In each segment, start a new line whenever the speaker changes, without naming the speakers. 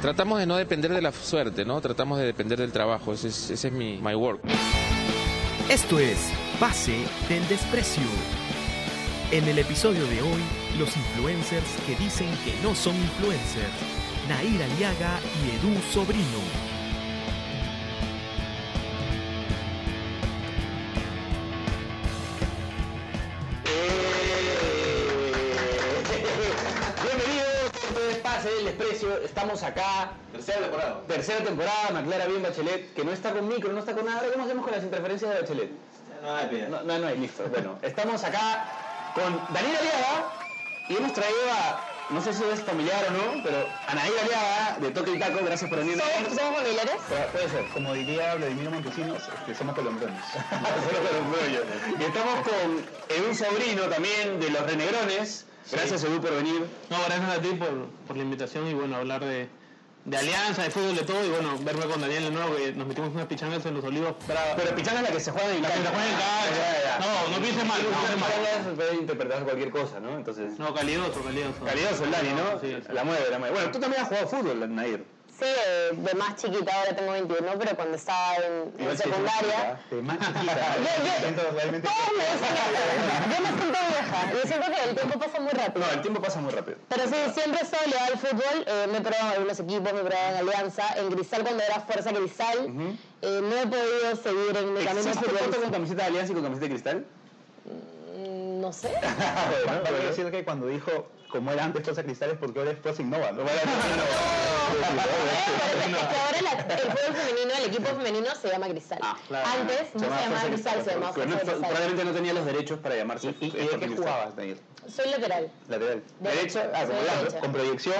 Tratamos de no depender de la suerte, ¿no? Tratamos de depender del trabajo. Ese es, ese es mi my work.
Esto es Pase del Desprecio. En el episodio de hoy, los influencers que dicen que no son influencers. Nair Aliaga y Edu Sobrino.
Bienvenidos, esto es Pase del Desprecio, estamos acá.
Tercera temporada.
Tercera temporada, McLara bien Bachelet, que no está con micro, no está con nada. Ahora, ¿Cómo hacemos con las interferencias de Bachelet?
No hay pena.
No, no, no hay, listo. Bueno, estamos acá con Daniel Aliaga y hemos traído a, no sé si es familiar o no, pero a Nair Aliaga de Toque y Taco, gracias por venir.
¿Somos, somos familiares?
Pero Puede ser.
Como diría Vladimir Montesinos, que somos colombianos.
Solo con orgullo. Y estamos con Edu Sobrino también de Los Renegrones. Gracias Edu por venir.
No, gracias a ti por, por la invitación y bueno, hablar de, de alianza, de fútbol, de todo. Y bueno, verme con Daniel de nuevo, que nos metimos unas pichangas en los olivos. Bravo.
Pero pichanga es la que se juega en
La que se juega en cancha.
Ya, ya, ya.
No, no pienses mal, no pienses mal.
Pichanga puede interpretar cualquier cosa, ¿no? Entonces...
No, calidoso, calidoso.
Calidoso el Dani, ¿no?
Sí, sí.
La mueve, la mueve. Bueno, tú también has jugado fútbol, Nair.
Sí, eh, de más chiquita, ahora tengo 21, pero cuando estaba en, en secundaria...
De más chiquita.
Yo, yo,
Me siento realmente-
todos me decían eso. Yo me siento vieja. Yo siento que el tiempo pasa muy rápido.
No, el tiempo pasa muy rápido.
Pero sí, siempre soy leal al fútbol. eh, me he probado en algunos equipos, me he probado en Alianza. En Grisal, cuando era Fuerza Grisal, eh, no he podido seguir en mi camino
¿Existe foto con
fútbol.
camiseta de Alianza y con camiseta de Cristal?
No sé.
Bueno,
Hay que
bueno.
decir que cuando dijo, como era antes Tosa Cristales, porque ahora es Tosa Innova. ¿no?
Es eh, que ahora la- el fútbol femenino, el equipo femenino se llama Grisal.
Ah,
Antes no Ah, se llamaba Grisal, se llamaba
Pero no-
Fuerza Grisal.
probablemente no tenía los derechos para llamarse.
¿Y, y
eh,
de qué
Cristal.
jugabas, Daniel?
Soy lateral.
Lateral.
¿Derecha? Ah, como
Soy
la-
derecha.
¿Con proyección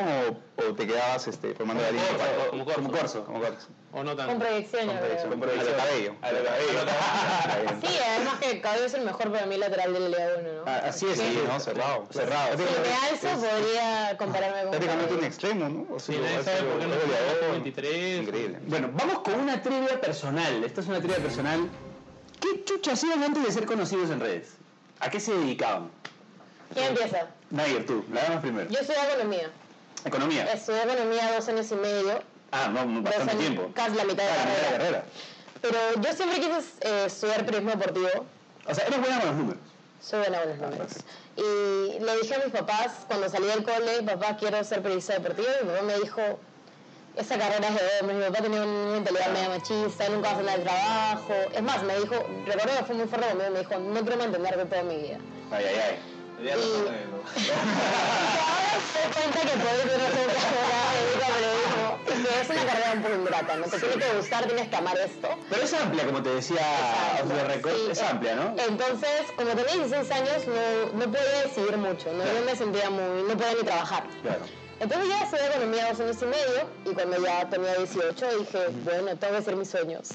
o, o te quedabas este, formando la línea?
Como corso.
Como corso, como corso.
O no
Con
tanto.
proyección, yo creo.
Con proyección.
A lo cabello.
A lo cabello.
Sí, además que Cabello es el mejor para mí lateral de la Liga 1, ¿no?
Ah, Así es,
Sí,
sí,
¿no? Cerrado. Cerrado.
Si me alzo, podría compararme con
Prácticamente un
Cabello.
extremo, ¿no? O sea,
Sí, nadie
ha
sabe
sido
por qué no
goleador.
jugó 23.
Increíble.
Bueno, vamos con una trivia personal. Esta es una trivia personal. ¿Qué chucha hacían antes de ser conocidos en redes? ¿A qué se dedicaban?
¿Quién empieza?
Nayer, tú, la damas primero.
Yo estudié economía.
Economía.
Estudié economía dos años y medio.
Ah, no, no,
Dos
bastante
años-
tiempo.
Casi la mitad de
Ah, la
la
mitad de la
carrera.
carrera.
Pero yo siempre quise eh, estudiar periodismo deportivo.
O sea, eres buena con los números.
Soy buena con los números. Y le dije a mis papás, cuando salí del cole, papá, quiero ser periodista deportivo. Y mi papá me dijo, esa carrera es de hombres. Mi papá tenía una mentalidad media machista, nunca vas a tener trabajo. Es más, me dijo, recuerdo que fue muy fuerte conmigo, me dijo, no quiero mantenerte toda mi vida.
Ay, ay, ay.
Ahora se da cuenta que podés tener una carrera de vida, pero dijo, que es una carrera un poco ingrata, ¿no? Te tiene que gustar, tienes que amar esto.
Pero es amplia, como te decía
Exacto,
Oslo Record,
sí.
Ah, es amplia, ¿no?
Entonces, como tenía 16 años, no, no podía decidir mucho, ¿no?
Claro.
Yo me sentía muy, no podía ni trabajar.
Claro.
Entonces ya estudié economía dos años y medio y cuando ya tenía 18 dije, bueno, tengo que hacer mis sueños.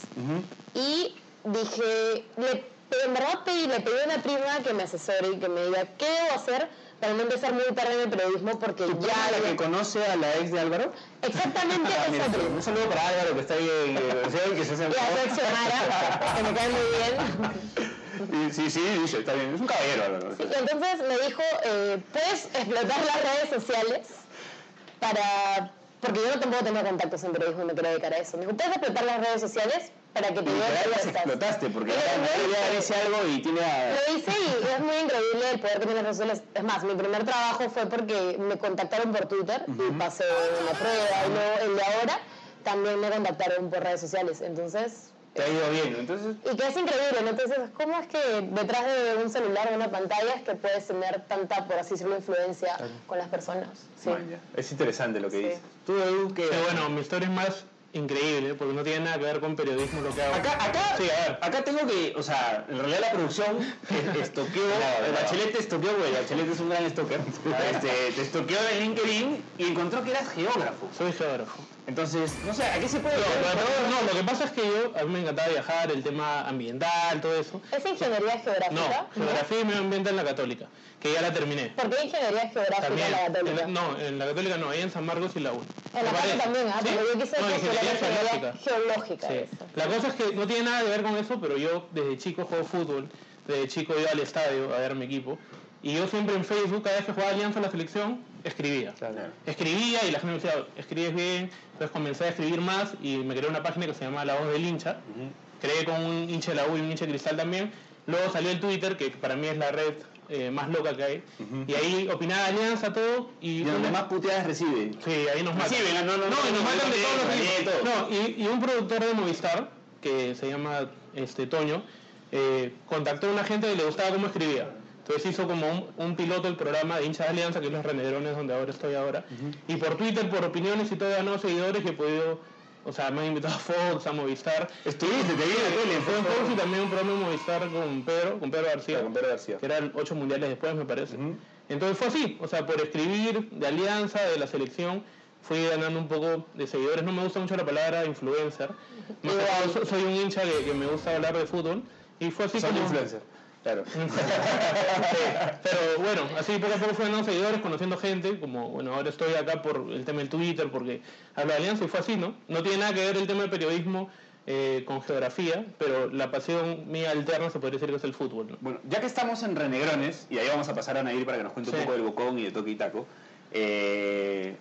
Y dije, le, pe- en verdad pedí, le pedí a una prima que me asesore y que me diga qué debo hacer para no empezar muy tarde en el periodismo porque
¿Tu prima
ya...
la que conoce a la ex de Álvaro?
Exactamente
Ah, mira,
esa prima.
un saludo para Álvaro que está ahí en la universidad y que se hace...
Y a Sergio Mara, que me cae muy bien.
Y- Sí, sí, dice, está bien. Es un caballero, Álvaro.
Y entonces me dijo, eh, puedes explotar las redes sociales para... Porque yo no tampoco tenía contactos en periodismo y me quiero dedicar a eso. Me dijo, puedes explotar las redes sociales para que te
Y
lleguen
literal las
respuestas?"
explotaste, porque
Y
la
lo
mayoría
hice.
dice algo y tiene a...
Lo hice y es muy increíble el poder que tienen las redes sociales. Es más, mi primer trabajo fue porque me contactaron por Twitter y pasé una prueba. Y luego el de ahora también me contactaron por redes sociales. Entonces,
Te ha ido bien, entonces...
y que es increíble, ¿no? Entonces, ¿cómo es que detrás de un celular o una pantalla es que puedes tener tanta, por así decirlo, influencia con las personas? Sí.
Man, ya. Es interesante lo que
Sí.
dices. Tú, Edu, que...
Pero bueno, mi historia es más increíble, porque no tiene nada que ver con periodismo lo que hago.
Acá, acá,
Sí, a ver.
acá tengo que, o sea, en realidad la producción es- estoqueó, el Bachelet te estoqueó, güey, el Bachelet es un gran stalker, este, te estoqueó en LinkedIn y encontró que eras geógrafo.
Soy geógrafo.
Entonces, no sé, ¿a qué se puede
No,
llegar?
pero no, no, lo que pasa es que yo, a mí me encantaba viajar, el tema ambiental, todo eso.
¿Es ingeniería
No,
geográfica?
geografía y medio ambiente en la católica, que ya la terminé.
¿Por qué ingeniería geográfica
También,
en
eh,
la
en
católica?
la- no, en la católica no, ahí en San Marcos y la U.
En la
¿Te
calle
parece?
también, ¿ah?
¿Sí?
Porque yo quise
No,
postular
ingeniería
ingeniería
geográfica.
geológica.
Sí.
eso.
La cosa es que no tiene nada que ver con eso, pero yo desde chico juego fútbol, desde chico iba al estadio a ver mi equipo, y yo siempre en Facebook, cada vez que jugaba Alianza a la selección, escribía. Escribía y la gente me decía, escribes bien. Entonces comencé a escribir más y me creé una página que se llama La Voz del Hincha. Creé con un hincha de la U y un hincha de cristal también. Luego salió el Twitter, que para mí es la red eh, más loca que hay. Y ahí opinaba Alianza, todo. Y
Y donde
una-
más puteadas reciben.
Sí, ahí nos matan.
Sí, venga, no, no, no,
y
no,
nos matan
no,
de todos
no,
los
no,
tipos.
no,
No, y, y un productor de Movistar, que se llama este Toño, eh, contactó a una gente que le gustaba cómo escribía. Entonces hizo como un, un piloto el programa de hinchas de alianza, que es Los Renederones, donde ahora estoy ahora. Y por Twitter, por opiniones y todo, ganó seguidores que he podido... O sea, me han invitado a Fox, a Movistar.
Estuviste, te vi en la tele.
Fue en Fox y también un programa de Movistar con Pedro, con Pedro García
Con Pedro García.
que eran ocho mundiales después, me parece. Entonces fue así, o sea, por escribir de alianza, de la selección, fui ganando un poco de seguidores. No me gusta mucho la palabra influencer. Más que
Igual.
todo, so- soy un hincha que, que me gusta hablar de fútbol. Y fue así
Son
como...
influencer. Claro.
Sí, pero bueno, así poco a poco fui ganando seguidores, conociendo gente, como bueno, ahora estoy acá por el tema del Twitter, porque hablo de alianza y fue así, ¿no? No tiene nada que ver el tema del periodismo eh, con geografía, pero la pasión mía alterna se podría decir que es el fútbol, ¿no?
Bueno, ya que estamos en Renegrones, y ahí vamos a pasar a Nair para que nos cuente un
Sí.
poco del bocón y de toque y taco. eh,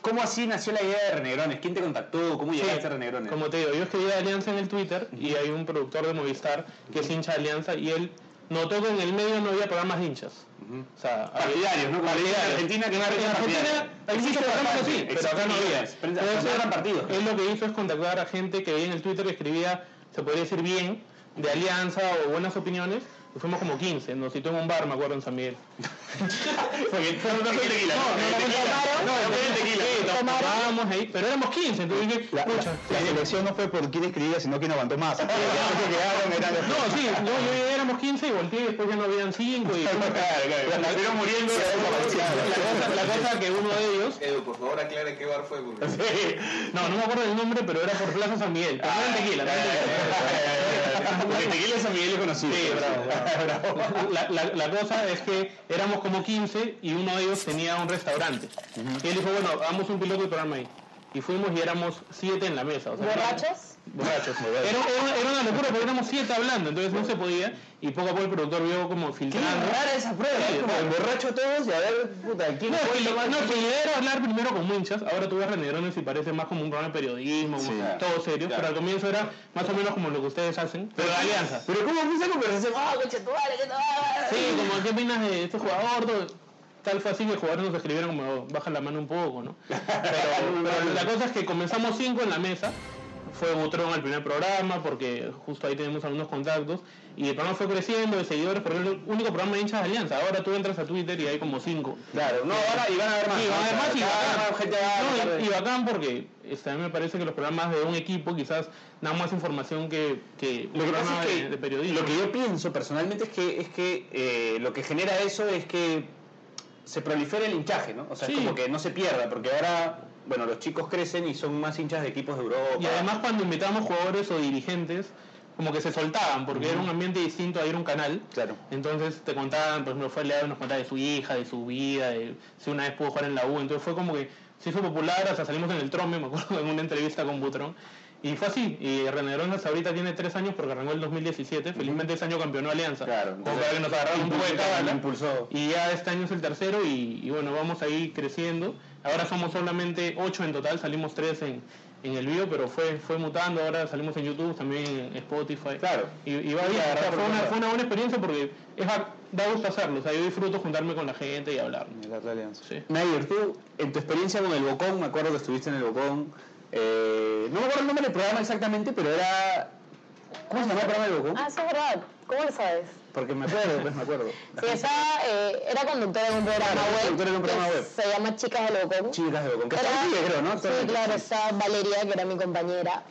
¿Cómo así nació la idea de Renegrones? ¿Quién te contactó? ¿Cómo llegaste
Sí,
a Renegrones?
Como te digo, yo escribí Alianza en el Twitter y hay un productor de Movistar que es hincha de Alianza y él notó que en el medio no había programas de hinchas. O sea, había-
Partidarios, ¿no? Como le dicen en Argentina que
en
no
Argentina hay muchos programas así, pero acá no había. Entonces,
eran partidos.
Él lo que hizo es contactar a gente que veía en el Twitter que escribía, se podría decir bien, de alianza o buenas opiniones. Y fuimos como 15, nos citó en un bar, me acuerdo, en San Miguel.
Porque no no fue tequila.
no, no,
No, no fue tequila.
Sí, nos parábamos ahí, pero éramos 15, entonces dije,
La,
pucha,
la- la selección no fue por quién escribía, sino quién aguantó más. Los que quedaron eran-
No, sí, no, yo, yo éramos 15 y volteé y después ya no habían 5 y
Claro, claro.
Las vieron muriendo.
la, cosa, la cosa que uno de ellos,
Edu, por favor aclara qué bar fue. porque-
no, no me acuerdo el nombre, pero era por Plaza San Miguel, pero no era en tequila, no era en
Porque tequila es San Miguel es conocido.
Sí, bravo. tequila. La, la- la cosa es que éramos como 15 y uno de ellos tenía un restaurante. Y él dijo, bueno, hagamos un piloto de programa ahí. Y fuimos y éramos 7 en la mesa. o sea,
¿Borrachos?
borrachos. Era, era- era una locura porque éramos siete hablando, entonces no se podía. Y poco a poco el productor vio como filtrando.
esa prueba.
Sí,
como el borracho todos y a ver, puta, ¿quién
No,
fue
que
el
lo-
más-
no, que la idea era hablar primero con hinchas, ahora tú ves Renegrones y parece más como un programa de periodismo, como
claro.
todo serio, pero al comienzo era más o menos como lo que ustedes hacen, pero de alianza.
Pero ¿cómo fue esa conversación?
¡Ah, coche, tu madre, que tu madre!
Sí, como qué opinas de este jugador, Todo- tal fue así que jugadores nos escribieron como "Oh, baja la mano un poco, ¿no? Pero, pero la cosa es que comenzamos cinco en la mesa, fue Butrón al primer programa, porque justo ahí tenemos algunos contactos, y el programa fue creciendo de seguidores, porque era el único programa de hinchas de alianza, ahora tú entras a Twitter y hay como cinco.
Claro, no, ahora y van a haber más.
Sí,
¿no?
además, y
Cada vez
bacán.
más gente pues. va a-
No, y- y bacán porque este, a mí me parece que los programas de un equipo quizás dan más información que, que un
Lo que
programa
pasa es que
de, de periodismo.
lo que yo pienso personalmente es que es que eh, lo que genera eso es que se prolifera el hinchaje, ¿no? O sea, es
Sí.
como que no se pierda, porque ahora, bueno, los chicos crecen y son más hinchas de equipos de Europa.
y además cuando invitamos jugadores o dirigentes, como que se soltaban, porque era un ambiente distinto a ir a un canal.
Claro.
Entonces te contaban, por ejemplo, fue Leao y nos contaba de su hija, de su vida, de si una vez pudo jugar en la U. Entonces fue como que se hizo popular, hasta salimos en el trome, me acuerdo, en una entrevista con Butrón. Y fue así, y Renegrón hasta ahorita tiene tres años porque arrancó el 2017, felizmente ese año campeonó Alianza.
Claro,
Como
entonces,
para que nos agarraron un poco de
impulsó,
cábala.
impulsó.
Y ya este año es el tercero y, y bueno, vamos a ir creciendo. Ahora somos solamente ocho en total, salimos tres en, en el vivo, pero fue, fue mutando, ahora salimos en YouTube, también en Spotify.
Claro.
Y, y va bien, o sea, fue, una, fue una buena experiencia porque es, bac- da gusto hacerlo, o sea, yo disfruto juntarme con la gente y hablar. Sí.
Nayer, tú, en tu experiencia con el Bocón, me acuerdo que estuviste en el Bocón, eh, no me acuerdo el nombre del programa exactamente, pero era... ¿Cómo se llamaba el programa del Bocón?
Ah, eso es verdad. ¿Cómo lo sabes?
Porque me acuerdo, pues me acuerdo.
Sí, estaba, eh, era conductora de un programa
Claro,
web.
conductora de un programa
que
web.
Se llama Chicas de Loco.
Chicas de Bocón, que hasta
Era-
ahora sigue, creo, ¿no?
Sí, claro, está Valeria, que era mi compañera.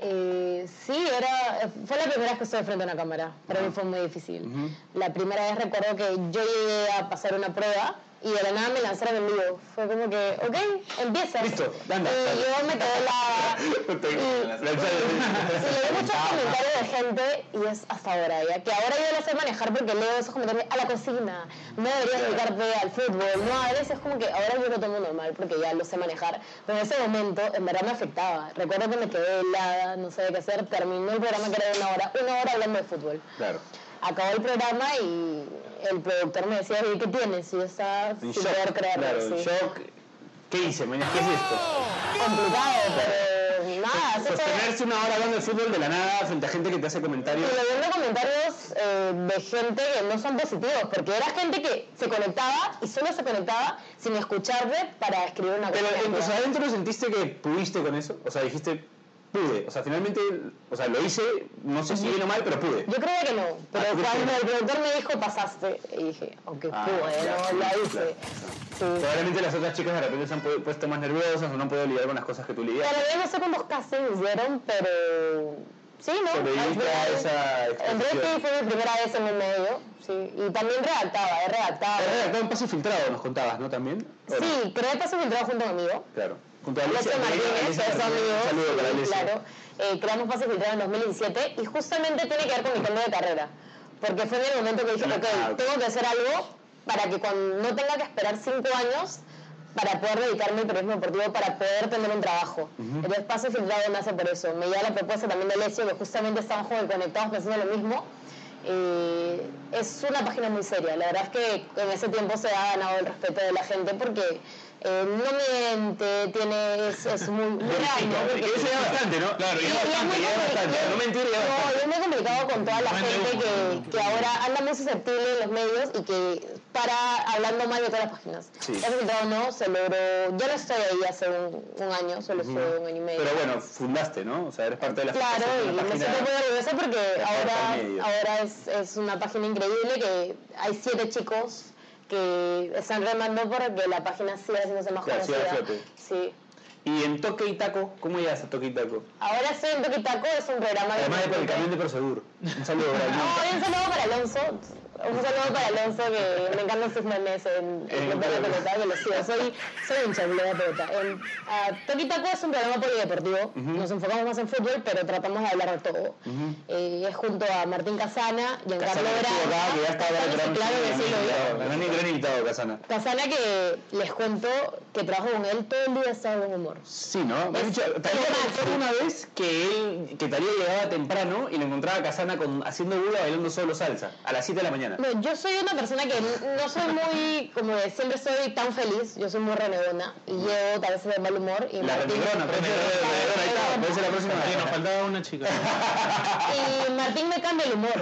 Eh, sí, era, fue la primera vez que estuve frente a una cámara. Para mí fue muy difícil. La primera vez recuerdo que yo llegué a pasar una prueba y de la nada me lanzaron en vivo. Fue como que, ok, empieza.
Listo, anda,
Y
dale.
yo me quedé la... Sí, leí muchos comentarios de gente y es hasta ahora ya. Que ahora yo lo sé manejar porque leo esos comentarios a la cocina, no deberías dedicarte al fútbol, no, a veces es como que ahora yo lo tomo normal porque ya lo sé manejar. Pero en ese momento en verdad me afectaba. Recuerdo que me quedé helada, no sabía qué hacer, terminó el programa que era de una hora, una hora hablando de fútbol.
Claro.
Acabó el programa y el productor me decía, oye, ¿qué tienes? Y yo estaba sin
En shock,
poder creerlo.
claro, en
sí.
shock. ¿Qué hice, mañana? ¿Qué es esto?
Complicado, pero nada, se fue.
Sostenerse una hora hablando de fútbol de la nada frente a gente que te hace comentarios.
Y leyendo comentarios eh, de gente que no son positivos, porque era gente que se conectaba y solo se conectaba sin escucharte para escribir una
Pero
cosa.
entonces adentro sentiste que pudiste con eso, o sea, dijiste, pude, o sea, finalmente, o sea, lo hice, no sé si bien o mal, pero pude.
Yo creía que no, pero
Ah, ¿tú crees
cuando
que
el productor me dijo pasaste, y dije, aunque
Ah,
pude,
ya,
no
claro,
lo hice.
claro.
Sí.
Probablemente las otras chicas de repente se han pu- puesto más nerviosas o no han podido lidiar con las cosas que tú lidias.
Pero yo no sé cuántos castings hicieron, pero sí, ¿no? Al
Sobreviviste a
final,
esa
En realidad sí,
exposición.
fue mi primera vez en el medio, sí. Y también redactaba, he redactado.
Has redactado un paso filtrado, nos contabas, ¿no? También. ¿o no?
Sí, creé paso filtrado junto conmigo.
Claro. Junto a
Alexia
Alicia.
Martínez,
Alicia
es
Martínez,
amigo,
un saludo para
sí,
Alicia.
claro. Eh, creamos Pase Filtrado en 2017 y justamente tiene que ver con mi cambio de carrera. Porque fue en el momento que dije,
Ah,
ok,
ok.
tengo que hacer algo para que cuando no tenga que esperar cinco años para poder dedicarme al periodismo deportivo, para poder tener un trabajo. Entonces Pase Filtrado nace por eso. Me llega la propuesta también de Lesio, que justamente estamos como conectados pensando lo mismo. Eh, es una página muy seria. La verdad es que en ese tiempo se ha ganado el respeto de la gente porque eh, no miente, tiene, es, es muy, muy real, ¿no? Porque-
Eso ya bastante, ¿no? Claro,
y- y
ya
es muy
bastante, ya
complicado.
bastante. No mentir, ya
No,
bastante.
y es muy complicado con toda la
Vende
gente
humo,
que, que ahora anda muy susceptible en los medios y que para hablando mal de todas las páginas.
Sí.
El resultado no se logró. Yo no estoy ahí hace un, un año, solo estoy un año y medio.
Pero bueno, fundaste, ¿no? O sea, eres parte de la
Claro,
fundación de
y
la
me
página.
siento muy orgullosa porque
la parte del medio.
ahora, ahora es, es una página increíble que hay siete chicos que están remando para que la página siga haciéndose más
Claro, siga
conocida.
a flote.
Sí.
Y en Toque y Taco, ¿cómo llegas a Toque y Taco?
Ahora estoy en Toquitaco, es un programa
Además de
que...
por el camión de Prosegur. Un saludo para el
No,
mundo.
y un saludo para Alonso. Un saludo para Alonso que me encantan sus memes en, en
Eh,
Club de la
claro.
pelota, que lo sigo. Soy, soy hincha de Club de la pelota. En, ah, Toki Taco es un programa polideportivo. Nos enfocamos más en fútbol, pero tratamos de hablar de todo. Eh, es junto a Martín Casana, Giancarlo
Casana que estuvo acá, que ya
Granda.
estaba en el
Casana,
programa.
sí, claro que sí, lo vi.
Gran invitado, gran invitado, Casana.
Casana que les cuento que trabajo con él todo el día está de buen humor.
Sí, ¿no? Me has
Es-
dicho,
es
Talía
lo
contó
máximo.
una vez que él, que Talía llegaba temprano y lo encontraba a Casana con, haciendo bula bailando solo salsa a las 7 de la mañana.
No, yo soy una persona que n- no soy muy, como de, siempre soy tan feliz, yo soy muy renegona y llevo tal vez de mal humor. Y
La
Martín-
renegona, pues,
Claro,
la renegona, ahí está, puede ser la próxima.
Sí, nos faltaba una chica.
Y Martín me cambia el humor,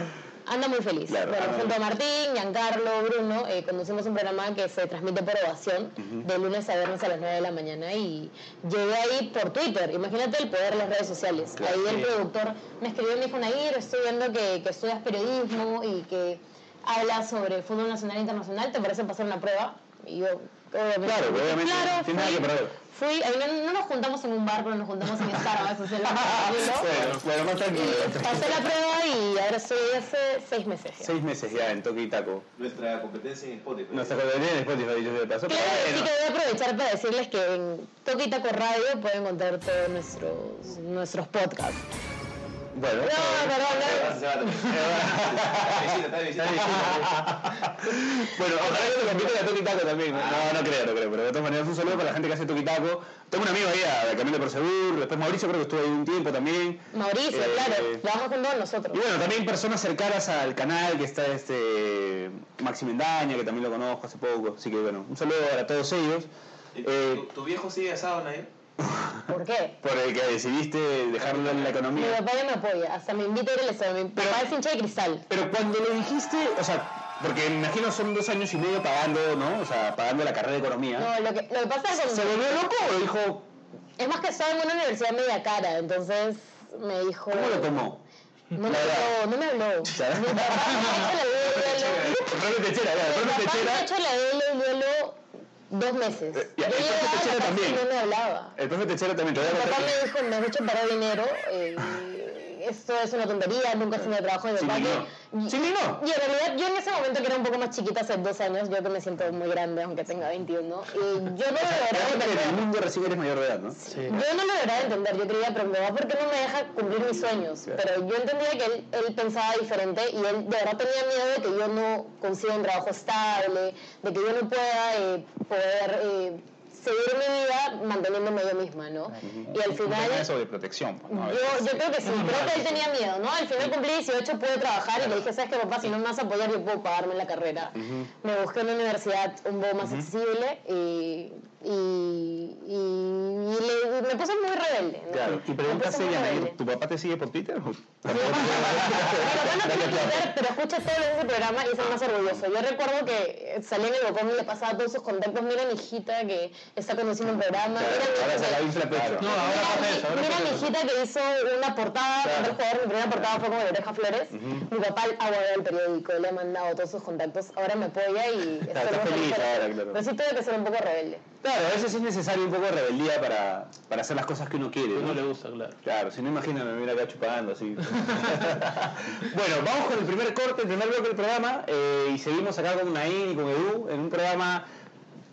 anda muy feliz.
Claro,
bueno,
anda
junto a Martín, Giancarlo, Bruno, eh, conducimos un programa que se transmite por ovación de lunes a viernes a las 9 de la mañana y llegué ahí por Twitter. Imagínate el poder de las redes sociales.
Claro,
ahí
sí.
el productor me escribió y me dijo, Nair, estoy viendo que, que estudias periodismo y que hablas sobre fútbol nacional e internacional, ¿te parece pasar una prueba? Y yo, obviamente,
Claro,
dije,
obviamente,
claro,
tienes nada
fui".
que perder.
Fui, ahí no, no nos juntamos en un bar, pero nos juntamos en Starbucks, o sea, lo más lindo.
bueno, bueno, más tranquilo.
Pasé la prueba y ahora soy hace seis meses. ya.
Seis meses ya en Toque y Taco.
Nuestra competencia en Spotify.
Nuestra compañía de Spotify, yo se le paso. pero
Claro, sí
bueno.
que voy a aprovechar para decirles que en Toque y Taco Radio pueden encontrar todos nuestros, nuestros podcasts.
Bueno,
No, perdón,
Se va, se va, se va. Está de visita, está de visita.
Bueno, ojalá que te compiten a Toki Taco también. No, no, no creo, no creo. Pero de todas maneras, un saludo para la gente que hace Toki Taco. Tengo un amigo ahí, a Camilo Persegur. Después Mauricio, creo que estuvo ahí un tiempo también.
no. Mauricio,
Eh,
claro, trabaja con todos nosotros.
Y bueno, también personas cercanas al canal, que está este Maxi Mendaña, que también lo conozco hace poco. Así que bueno, un saludo para todos ellos.
¿Tu,
Eh,
tu viejo sigue asado, Nair?
¿Por qué?
por el que decidiste dejarlo en la
Mi
economía.
papá ya me apoya, hasta me invita a ir al examen. Mi papá es hincha de cristal.
Pero cuando lo dijiste, o sea, porque me imagino son dos años y medio pagando, ¿no? O sea, pagando la carrera de economía.
No, lo que, lo que pasa es que...
¿Se volvió loco o dijo,
Es más que estaba en una universidad media cara, entonces me dijo...
¿cómo lo tomó?
No me
La verdad.
habló, no me habló. Mi papá me ha hecho la vida, lo-
Ronald Techera, ya,
Mi
Ronald
papá me ha
Techera.
hecho la duelo y duelo dos meses.
Eh, ya,
Yo
entonces
llegaba a
Techera
la casa
también.
y no me hablaba.
El profe Techera también, te voy a
Mi papá
contar.
me dijo, me has hecho parar dinero, eh, esto es una tontería, nunca has tenido trabajo en el
Se
parque.
indignó.
Y-
Se indignó.
Y en realidad yo en ese momento que era un poco más chiquita, hace dos años, yo que me siento muy grande, aunque tenga 21, y yo no lo lograba
Claro, porque En el
entender.
mundo recién eres mayor de edad, ¿no?
Yo no lo lograba entender, yo creía, pero mi papá, ¿por qué no me deja cumplir mis sueños? Pero yo entendía que él, él pensaba diferente y él de verdad tenía miedo de que yo no consiga un trabajo estable, de que yo no pueda eh, poder eh, seguir mi vida manteniéndome yo misma, ¿no? Y al final...
Eso de protección. pues, ¿no? A veces.
Yo, yo creo que sí, creo que él tenía miedo, ¿no? Al final cumplí 18, pude trabajar y le dije, ¿sabes qué, papá? Si no me vas a apoyar, yo puedo pagarme la carrera. Me busqué una universidad un poco más accesible y, y, y, y le- y me puse muy rebelde. ¿no?
Claro. Y
Me
pregunta
puse muy
seriamente,
rebelde.
¿tu papá te sigue por Twitter?
Mi papá- mi papá no tiene Twitter, pero escucha todos los días el programa y es el más orgulloso. Yo recuerdo que eh, salía en el bocón y le pasaba todos sus contactos. Mira mi hijita que está conociendo un programa. Mira mi
Ahora
hijita
se la infla pecho.
No, ahora pasa eso. Ahora
Mira
pasa
mi
eso.
hijita que hizo una portada contra el jugador, mi primera portada fue con el Oreja Flores. Mi papá ha guardado el periódico, le ha mandado todos sus contactos, ahora me apoya y
Claro,
estoy
estás
muy
feliz
por
ahora,
eso.
claro.
Pero sí tuve que ser un poco rebelde.
Claro, a veces es necesario un poco de rebeldía para, para hacer las cosas que uno quiere.
No
¿no?
le gusta, claro.
Claro, si no imagíname, me viene acá chupando así. bueno, vamos con el primer corte, el primer bloque del programa eh, y seguimos acá con Nain y con Edu en un programa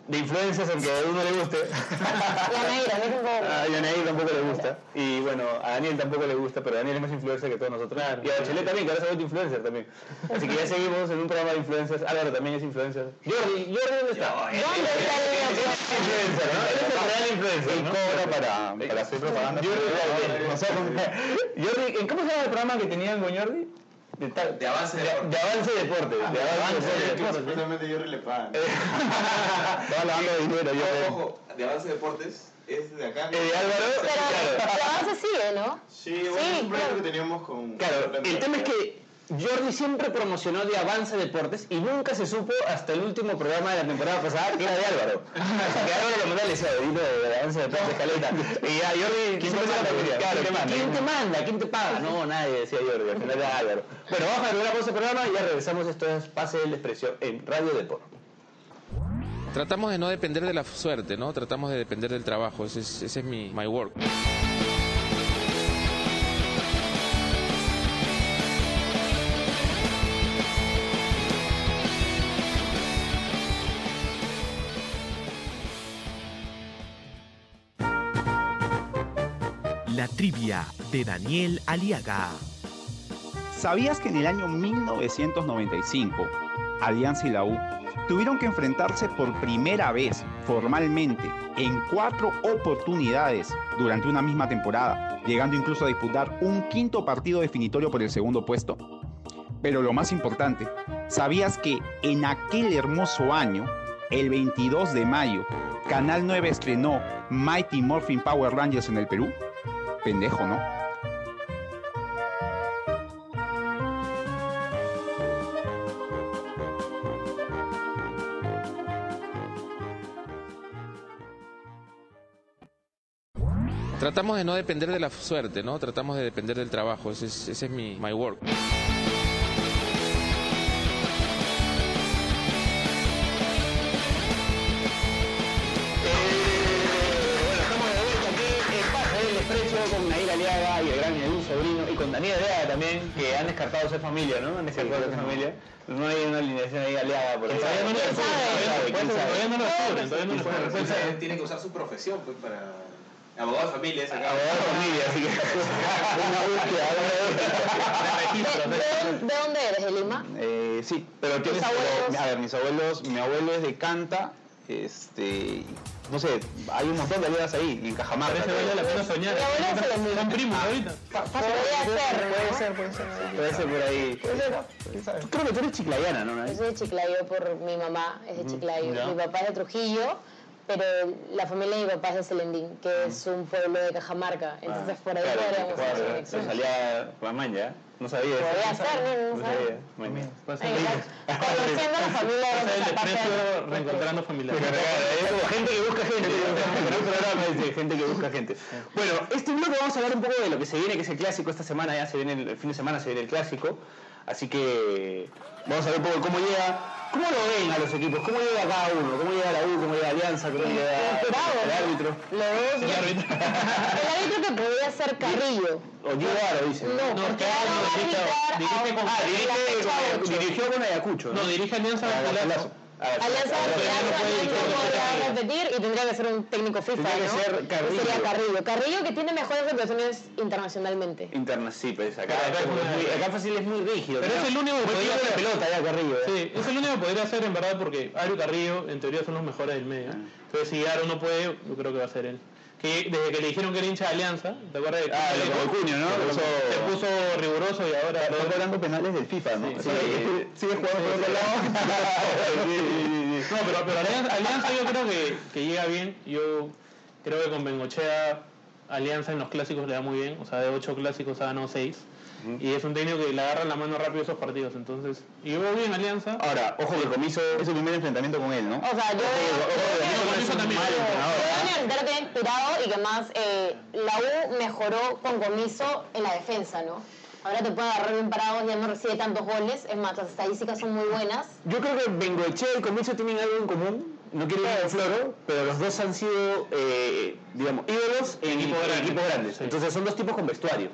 de influencias aunque a Edu no le guste. Ah,
Y a Nair, a mí tampoco.
a Nain tampoco le gusta. Y bueno, a Daniel tampoco le gusta, pero Daniel es más influencer que todos nosotros.
Claro.
y a Bachelet también, que ahora se ha vuelto influencer también. Así que ya seguimos en un programa de influencers. Álvaro también es influencer. Jordi, Jordi, ¿dónde está?
¿Dónde está el niño?
influencer, ¿no? Él es el real influencer. Él cobra para, para hacer propaganda. Jordi, o sea, Jordi, ¿en ¿cómo se llama el programa que tenían con Jordi? De, tal-
De avance de
de avance de deporte. Ah, De avance de deporte.
Justamente yo le pagan.
Estaba lavando dinero, Jordi.
Eh, Ojo, de avance de deportes es de acá.
Eh, Álvaro,
Pero
claro.
pero avance sigue, ¿no?
Sí, bueno, es
claro.
un proyecto que teníamos con.
Claro,
con-
el tema es que Jordi siempre promocionó de Avance Deportes y nunca se supo hasta el último programa de la temporada pasada que era de Álvaro. O sea, que Álvaro lo mandó al edito de Avance Deportes Caleta. Y ya Jordi siempre se la pedía. Claro, ¿quién, te manda? ¿Quién te paga? No, nadie decía Jordi, al final era Álvaro. Bueno, vamos a terminar con ese programa y ya regresamos. Esto es Pase del Desprecio en Radio Deporte.
Tratamos de no depender de la suerte, ¿no? Tratamos de depender del trabajo. Ese es, ese es mi my work.
La trivia de Daniel Aliaga.
¿Sabías que en el año 1995, Alianza y la U tuvieron que enfrentarse por primera vez formalmente en cuatro oportunidades durante una misma temporada, llegando incluso a disputar un quinto partido definitorio por el segundo puesto? Pero lo más importante, ¿sabías que en aquel hermoso año, el 22 de mayo, Canal 9 estrenó Mighty Morphin Power Rangers en el Perú? Pendejo, ¿no?
Tratamos de no depender de la suerte, ¿no? Tratamos de depender del trabajo. Ese es, ese es mi my work.
Bueno, estamos de vuelta aquí en Pase del Desprecio con Nair Aliaga y el gran Edu Sobrino y con Daniel Aliaga también, que han descartado ser familia, ¿no? Han descartado ser familia. No hay una alineación ahí Aliaga por ahí.
Todavía no lo
¿Quién sabe? ¿Quién
descubren,
sabe?
todavía no lo descubren, todavía no lo
Bueno,
descubren.
pues, él tiene que usar su profesión pues, para. Abogado de familia, es acá.
Abogado de familia, así que una búsqueda, una
¿De, de, de dónde eres? ¿De Lima?
Eh, sí, pero tienes.
abuelos?
A ver, mis abuelos, mi abuelo es de Canta, este. No sé, hay un montón de aliadas ahí, en Cajamarca.
Parece
creo.
vale la pena soñar.
Mi abuelo es de
Son
Lima.
primos ahorita.
Podría ser, Puede ser, puede ser.
Puede ser por ahí. Creo que tú eres chiclayana, ¿no?
Yo soy de Chiclayo por mi mamá, es de Chiclayo.
ya.
Mi papá es de Trujillo, pero la familia de mi papá es de Selendín, que es un pueblo de Cajamarca. Entonces por ahí podríamos hacer
Ah, claro,
conexión.
no salía Mamaña, no sabía. eso.
Podría ser, no, no
No
sabía.
sabía. Muy bien.
Ahí está. Conociendo a la familia de
El
nuestra parte
desprecio
de-
reencontrando
Ah. Porque
familiares.
regala, eh, es como gente que busca gente. En un programa dice, gente que busca gente. Bueno, este bloque vamos a hablar un poco de lo que se viene, que es el clásico. Esta semana ya se viene, el, el fin de semana se viene el clásico. Así que vamos a ver un poco cómo llega, cómo lo ven a los equipos, cómo llega cada uno, cómo lega la U, cómo llega Alianza, cómo llega el árbitro.
Los dos. El árbitro que podía ser Carrillo.
O llega lo dice.
No, porque
Carrillo,
ahora va a
sí,
arbitrar
dirige
a-
con-
a-
Ah,
a la
dirige,
fecha ocho.
dirigió con Ayacucho.
No, dirige Alianza
Ah,
Garcilaso.
Garcilaso.
Alianza García Fernández no podrá repetir y tendría que ser un técnico FIFA,
Tendría que
¿no?
ser Carrillo.
Sería Carrillo. Carrillo que tiene mejores representaciones internacionalmente.
Interna, sí, pues acá,
Claro,
acá,
acá
es muy- acá fácil es muy rígido.
Pero
¿no?
es el único que
Como
podría
lleva la
hacer.
pelota ya Carrillo. ¿eh?
Sí, es el único que podría hacer en verdad porque Ario y Carrillo en teoría son los mejores del
Ah.
medio. Entonces si Aro no puede, yo creo que va a ser él. Que desde que le dijeron que era hincha de Alianza, ¿te acuerdas? de
Ah,
que
lo
se
como Cunio, ¿no?
se
Lo
puso,
como-
se puso riguroso y ahora
Está cobrando penales del FIFA, ¿no?
Sí,
sí. Sigue jugando por otro lado. Sí, sí, sí.
No, pero, pero Alianza, Alianza yo creo que, que llega bien. Yo creo que con Bengochea Alianza en los clásicos le da muy bien. O sea, de ocho clásicos ha ganado seis. Y es un técnico que le agarra la mano rápido esos partidos. Entonces, y yo veo bien Alianza.
Ahora, ojo que el comiso es su primer enfrentamiento con él, ¿no?
O sea, yo veo- yo
ojo,
veo
Bengochea
que-
Bengochea también.
yo veo
Ahora.
a Universitario que ha inspirado y que más eh, la U mejoró con Comiso en la defensa, ¿no? Ahora te puede agarrar bien parados, ya no recibe tantos goles, es más, las estadísticas son muy buenas.
Yo creo que Bengoechea y Comiso tienen algo en común. No quiero ir en floro, pero los dos han sido, eh, digamos, ídolos en
Equipo
en
grande.
equipos grandes.
Sí.
Entonces son dos tipos con vestuario.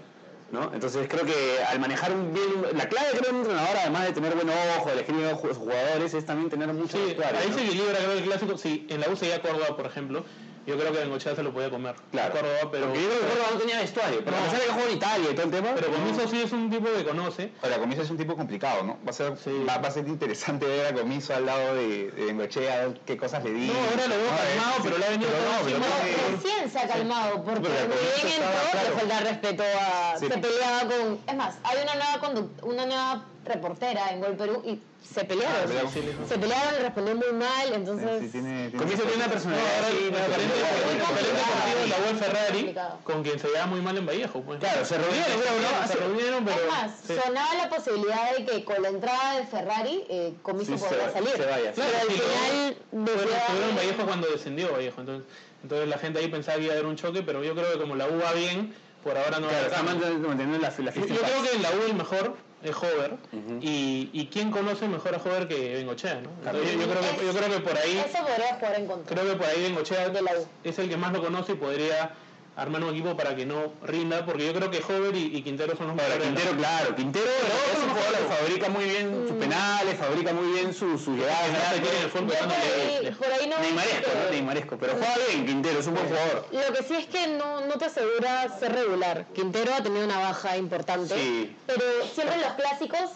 ¿no? Entonces creo que al manejar un bien... La clave creo de un entrenador, además de tener buen ojo, elegir bien a los jugadores, es también tener mucho
Sí,
vestuario.
ahí
¿no?
se equilibra creo el clásico. Si en la U seguía Córdoba, por ejemplo, yo creo que Bengochea se lo podía comer.
Claro.
Córdoba, pero,
Porque yo creo que Córdoba no tenía vestuario. Pero a pesar de que jugó en Italia y todo el tema...
pero
no.
Comiso sí es un tipo que conoce.
Ahora, Comiso es un tipo complicado, ¿no? Va a ser,
Sí.
va, va a ser interesante ver a Comiso al lado de, de Bengochea, a ver qué cosas le dice.
No, ahora lo veo calmado, pero le ha venido todo
no, pero
No,
tiene-
recién se ha calmado, porque
Pero la
cuando
corrupción
bien entró,
estaba, claro.
le falta respeto a...
Sí.
Se peleaba con... Es más, hay una nueva, conduct- una nueva reportera en Gol Perú y se pelearon.
Ah, peleamos.
se pelearon, le respondió muy mal, entonces...
sí, tiene- tiene-
Comiso tiene una
No,
personalidad...
ahora
así,
el
una
referente
personalidad-
Muy
el referente
complicado.
deportivo de la U es Ferrari,
Complicado.
con quien se llevaba muy mal en Vallejo. Pues.
Claro, se reunieron,
Sí,
creo, ¿no?
se reunieron, pero...
Es más,
sí.
sonaba la posibilidad de que con la entrada de Ferrari, eh, Comiso
Sí, se
podría
va-
salir.
se vaya, sí.
Pero
Claro,
al
sí,
final,
Tuvieron,
decidió-
tuvieron Vallejo cuando descendió Vallejo, entonces, entonces la gente ahí pensaba que iba a haber un choque, pero yo creo que como la U va bien, por ahora no va
Claro,
a haber
está
cambio.
manteniendo manteniendo la la
Yo,
fiesta
yo
en paz.
creo que en la U el mejor es Hover, y, y ¿quién conoce mejor a Hover que Bengochea? ¿no? Entonces, yo, yo creo que, yo creo que por ahí,
Eso podría jugar en contra.
creo que por ahí Bengochea
De la U.
es el que más lo conoce y podría armar un equipo para que no rinda, porque yo creo que Hover y, y Quintero son los
Ahora,
mejores. de la
Quintero, claro, Quintero es un jugador que fabrica muy bien
Mm.
sus penales, fabrica muy muy bien su- sus llegadas.
Quintero
¿verdad?
tiene el fútbol,
Yo por ahí, por ahí no...
Neymaresco,
creo.
¿no? Neymaresco, pero juega bien Quintero, es un buen jugador.
Lo que sí es que no, no te asegura ser regular. Quintero ha tenido una baja importante,
Sí.
pero siempre los clásicos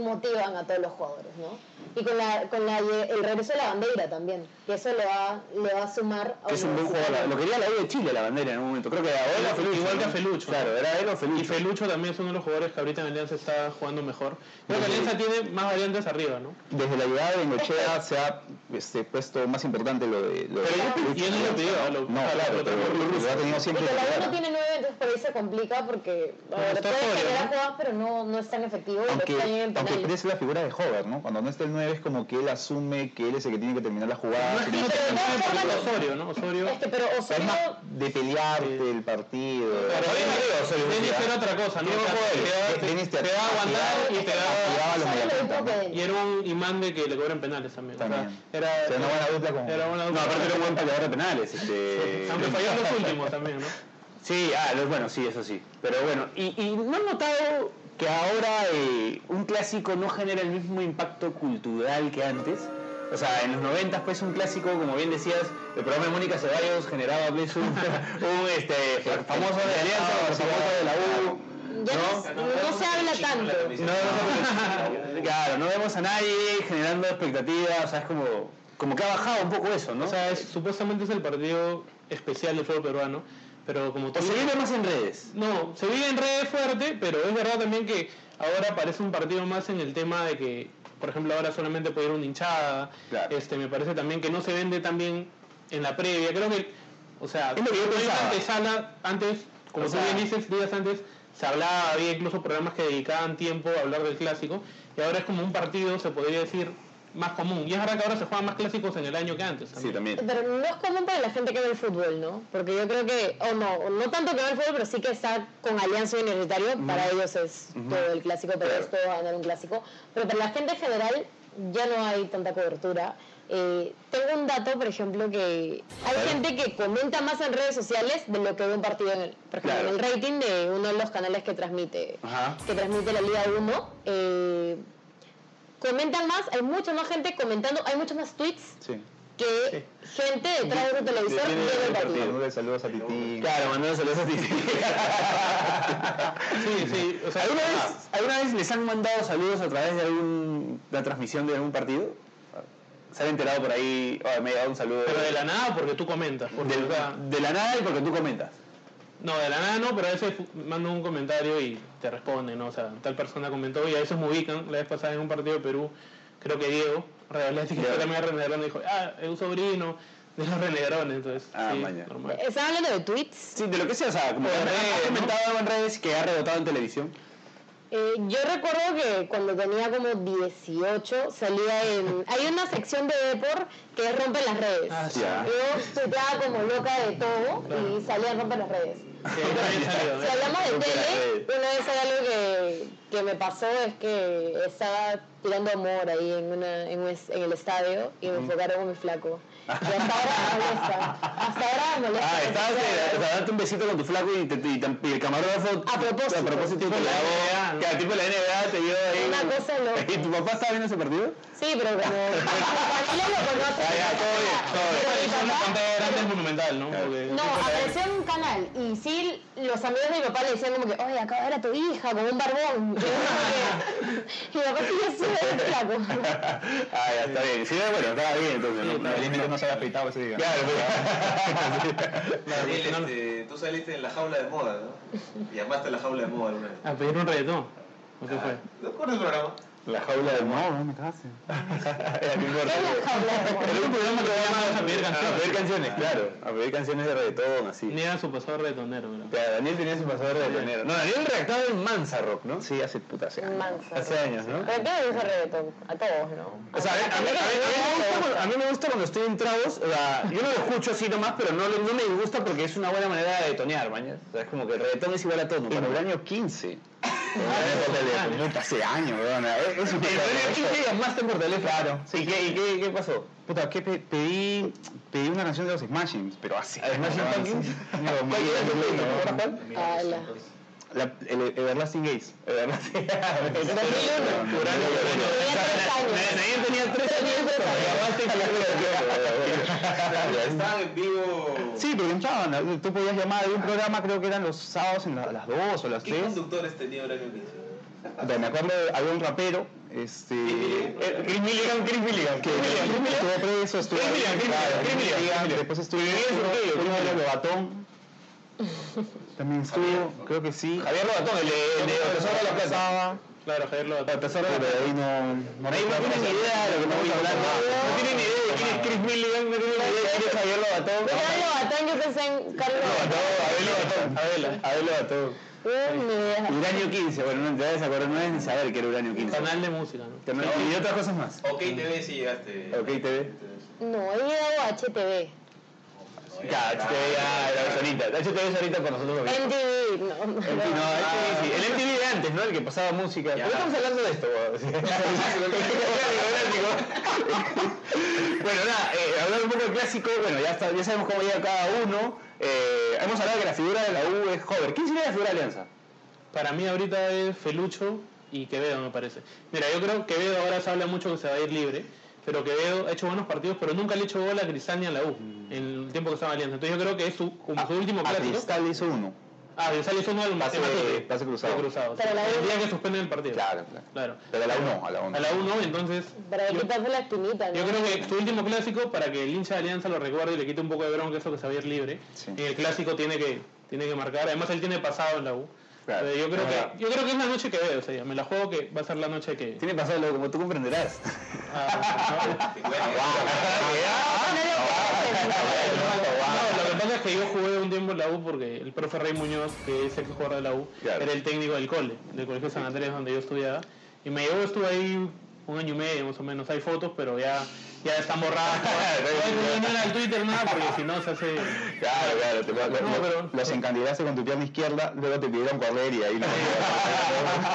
motivan a todos los jugadores, ¿no? Y con, la, con la, el regreso de la bandera también, y eso le va, le va a sumar a
Que es un buen jugador. Lo quería la U de Chile, la bandera, en un momento. Creo que era él o Felucho.
Igual que
¿no?
a Felucho.
Claro, era él o Felucho.
Y Felucho también es uno de los jugadores que ahorita en Alianza está jugando mejor. Creo que Alianza tiene más variantes arriba, ¿no?
Desde la llegada de Bengochea se ha este, puesto más importante lo de... Lo de
Y él no lo pidió. lo-
no, claro,
lo-
pero lo ha tenido
Y
siempre...
que la U no
claro.
tiene nueve, entonces por ahí se complica porque a ver,
está
puede
Soria,
generar
¿no?
jugadas, pero no, no es tan efectivo y no está bien
Aunque,
en
aunque
penales.
parece la figura de Hover, ¿no? Cuando no está el 9 es como que él asume que él es el que tiene que terminar la
No
jugada.
es que
sino
no
Pero de
terminó el
todas formas-
partido Osorio, ¿no? Osorio.
Es que, Este, pero
es
Osorio,
más de pelearte el partido.
Pero
Hover
Denis-
Osorio,
Denis
ya.
era otra cosa, ¿no?
Diego
O sea,
Hover,
te- te-
Denis te
te daba a aguantar y te daba.
Llegaba a los
Osorio lo
mediapuntas,
mismo que
Y
él.
era un imán de que le cobren penales también. O sea,
También.
era,
O sea, una buena dupla con-
Era buena
No,
dupla.
aparte era un buen peleador de penales. Este...
Eh,
Aunque fallaron los últimos también, ¿no?
Sí, ah, lo- bueno, sí, eso sí. Pero bueno, y, y ¿no han notado que ahora eh, un clásico no genera el mismo impacto cultural que antes? O sea, en los 90 pues un clásico, como bien decías, el programa de Mónica Ceballos generaba pues un, un, este, famoso de Alianza, o famoso de la U.
ya
¿no?
no, no se habla tanto.
No, no, no, claro, no vemos a nadie generando expectativas, o sea, es como, como que ha bajado un poco eso, ¿no?
O sea, es- supuestamente es el partido especial del fútbol peruano. Pero como
o
tú
se vive más en redes.
No, se vive en redes fuerte, pero es verdad también que ahora parece un partido más en el tema de que, por ejemplo, ahora solamente puede ir una hinchada.
Claro.
Este, me parece también que no se vende tan bien en la previa. Creo que, o sea,
lo que yo
no hay
pensaba.
una antesala antes, como
O
tú
sea-
bien dices, días antes se hablaba, había incluso programas que dedicaban tiempo a hablar del clásico, y ahora es como un partido, se podría decir, más común. Y es verdad que ahora se juegan más clásicos en el año que antes.
Sí, también.
Pero no es común para la gente que ve el fútbol, ¿no? Porque yo creo que, o no, o no tanto que ve el fútbol, pero sí que está con Alianza Universitario, para ellos es todo el clásico, para ellos todo va a ganar un clásico. Pero para la gente en general ya no hay tanta cobertura. Eh, tengo un dato, por ejemplo, que hay gente que comenta más en redes sociales de lo que ve un partido en el, por ejemplo, en el rating de uno de los canales que transmite, que transmite la Liga 1. Eh, comentan más, hay mucha más gente comentando, hay muchos más tweets
Sí.
que gente detrás de su televisor
Viene
viendo el
el
partido.
partido. Saludos a Titi.
Claro, mandando saludos a ti.
Sí, sí, o sea,
¿Alguna, vez, ¿Alguna vez les han mandado saludos a través de algún, la transmisión de algún partido? ¿Se han enterado por ahí? "Oye, me ha llegado un saludo.
Pero de la nada porque tú comentas. Porque,
Del-
o sea,
de la nada y porque tú comentas.
no, de la nada no, pero a veces fu- mando un comentario y te responden, ¿no? O sea, tal persona comentó y a veces me ubican. La vez pasada en un partido de Perú, creo que Diego, Real Atlético, que también es renegrón, dijo, ah, es un sobrino de los renegrones, entonces,
Ah,
sí,
maña.
normal.
Estaba hablando de tweets.
Sí, de lo que sea, o sea, como que
en redes,
¿Has
¿no?
comentado algo en redes que ha rebotado en televisión?
Eh, yo recuerdo que cuando tenía como 18 salía en... Hay una sección de Depor que es rompe las redes.
Ah, sí.
Ya.
Yo tuiteaba como loca de todo y salía a romper las redes.
Sí, también salió,
Si
¿eh?
hablamos de
Rompe las
tele,
redes.
una vez hay algo que, que me pasó es que estaba tirando amor ahí en, una, en, un es- en el estadio y me enfocaron con mi flaco. Y hasta ahora me molesta. Hasta ahora me molesta.
Ah, estabas eh, o sea, dándote un besito con tu flaco y, te, y te- y el camarógrafo.
A propósito.
A propósito, te
NBA,
grabó.
¿no?
Que al tipo de la NBA te vio ahí.
Una cosa loca.
¿Y tu papá estaba viendo ese partido?
Sí, pero como familia lo conoce.
Ah, ya, todo bien, todo bien.
Pero mi
Es una
papá-
pantalla grande es monumental, ¿no? Porque-
No, apareció en un canal y sí, los amigos de mi papá le decían como que, oye, acaba de ver a tu hija con un barbón. Y yo como que- y mi papá sí, yo soy el flaco.
ah, ya, está bien. Sí, bueno, estaba bien entonces. ¿no?
Felizmente no se había afeitado ese día.
Claro, pero-
Daniel, este, tú saliste en la jaula de moda, ¿no? Y llamaste a la jaula de moda alguna vez.
Ah,
A pedir un reggaetón. ¿O qué fue?
¿No recuerdas el programa?
La jaula de moda.
no me cagaste.
Era mi corte. Era un programa que
Llamadas a pedir
A pedir
canciones.
canciones, claro. A pedir canciones de reggaetón, así.
Ni era su pasado reggaetonero, ¿no?
Claro, Daniel tenía su pasador de pionero. No, Daniel redactaba en Mansa Rock, ¿no? Sí, hace puta hace
años. Mansa
Hace años, ¿no?
¿Pero qué le dice reggaetón? A todos, ¿no?
O sea, a mí, a mí- a mí- a mí me gusta cuando- a mí me gusta cuando estoy en tragos, o sea, yo no lo escucho así nomás, pero no, lo- no me disgusta porque es una buena manera de tonear, mañana. O sea, es como que el reggaetón es igual a todo.
En
para
el
mí.
año 15.
En el
Puta, Hace años, weón. Es- es un-
año 15 llamaste por teléfono. Claro. Sí, ¿y ¿qué, y qué, qué pasó?
Puta, que pe- pedí, pedí una canción de los Smashings, pero así.
Smashing Pumpkins? ¿Cuál fue el que pediste? ¿Te acuerdas cuál?
Ala.
La, el el Everlasting Gaze.
Everlasting-
Uranio.
Uranio.
Tenía
Nadie tenía
tres años.
tres años, pero llamaste y
Estaban en vivo.
Sí, porque entraban, eh, tú podías llamar, había un programa, creo que eran los sábados en la- a las 2 o las
¿Qué
3.
conductores tenía Horacio Quince?
Puta, Me acuerdo, había un rapero, este...
Chris Milligan, Chris Milligan.
que estuvo preso, estuvo...
Criminal,
Claro,
criminal, criminal, criminal.
Después estuvo...
Vivía en su cuello.
Uno de los Batón. También estuvo, creo que sí.
Javier Robatón, el de el de Tesoro de la Plata.
Pasaba,
Claro, Javier lo
pero ahí no... No
Ahí no tienen ni idea de lo que estamos hablando. No tienen ni idea de quién es Chris Milligan, no tienen ni idea de quién es Javier Lobatón.
Yo era Lobatón, yo pensé en Carlos Lobatón.
Lobatón, Abel Lobatón. Abel Lobatón.
Eh, ni idea.
Uranio 15, bueno, no te vas a acordar, no es ni saber que era Uranio 15.
Canal de música, ¿no?
Canal- Y otras cosas más.
Ok TV si llegaste.
Ok, TV.
No, he ido a HTV.
Ya, HTV ya era ahorita. HTV es ahorita con nosotros los viejos.
MTV, no. no.
No, HTV sí. El MTV de antes, ¿no? El que pasaba música. ¿Por qué estamos hablando de esto? huevón? Sí. bueno, nada, eh, hablando un poco del clásico, bueno, ya, está- ya sabemos cómo llega cada uno. Eh, hemos hablado que la figura de la U es joven. ¿Quién sería la figura de Alianza?
Para mí ahorita es Felucho y Quevedo, me parece. Mira, yo creo que Quevedo ahora se habla mucho que se va a ir libre, pero Quevedo ha hecho buenos partidos, pero nunca le ha hecho gol a Cristal ni a la U en el tiempo que estaba en Alianza. Entonces yo creo que es su, como su último
Mm. Ah, A
clásico.
Cristal le hizo uno.
Ah, Cristal hizo uno al
Pase-
matemático.
pase cruzado.
Pase cruzado. sí.
Pero la U-
El día que suspenden el partido.
Claro, claro.
Claro.
Pero a la 1, a la 1.
A la U no, entonces...
Para
yo-
quitarse la espinita, ¿no?
Yo creo que su último clásico, para que el hincha de Alianza lo recuerde y le quite un poco de bronca eso que se va a ir libre,
Sí.
en el clásico tiene que, tiene que marcar, además él tiene pasado en la U.
Claro,
Eh, yo, creo
es verdad.
que, yo creo que es la noche que veo, o sea, me la juego que va a ser la noche que...
Tiene pasado luego, como tú comprenderás.
Ah,
Te cuento.
no, lo que pasa es que yo jugué un tiempo en la U porque el profe Rey Muñoz, que es el que jugador de la U,
Claro.
era el técnico del cole, del colegio San Andrés donde yo estudiaba, y me llevó, estuve ahí un año y medio más o menos, hay fotos, pero ya, ya están borradas. pues, no, no era el Twitter nada, porque si no se hace...
Claro, claro. Te, lo-
No,
lo-
pero-
Los encandidaste con tu pierna izquierda, luego te pidieron correr y ahí no.
Yo lo habilitaba a Daniel, lo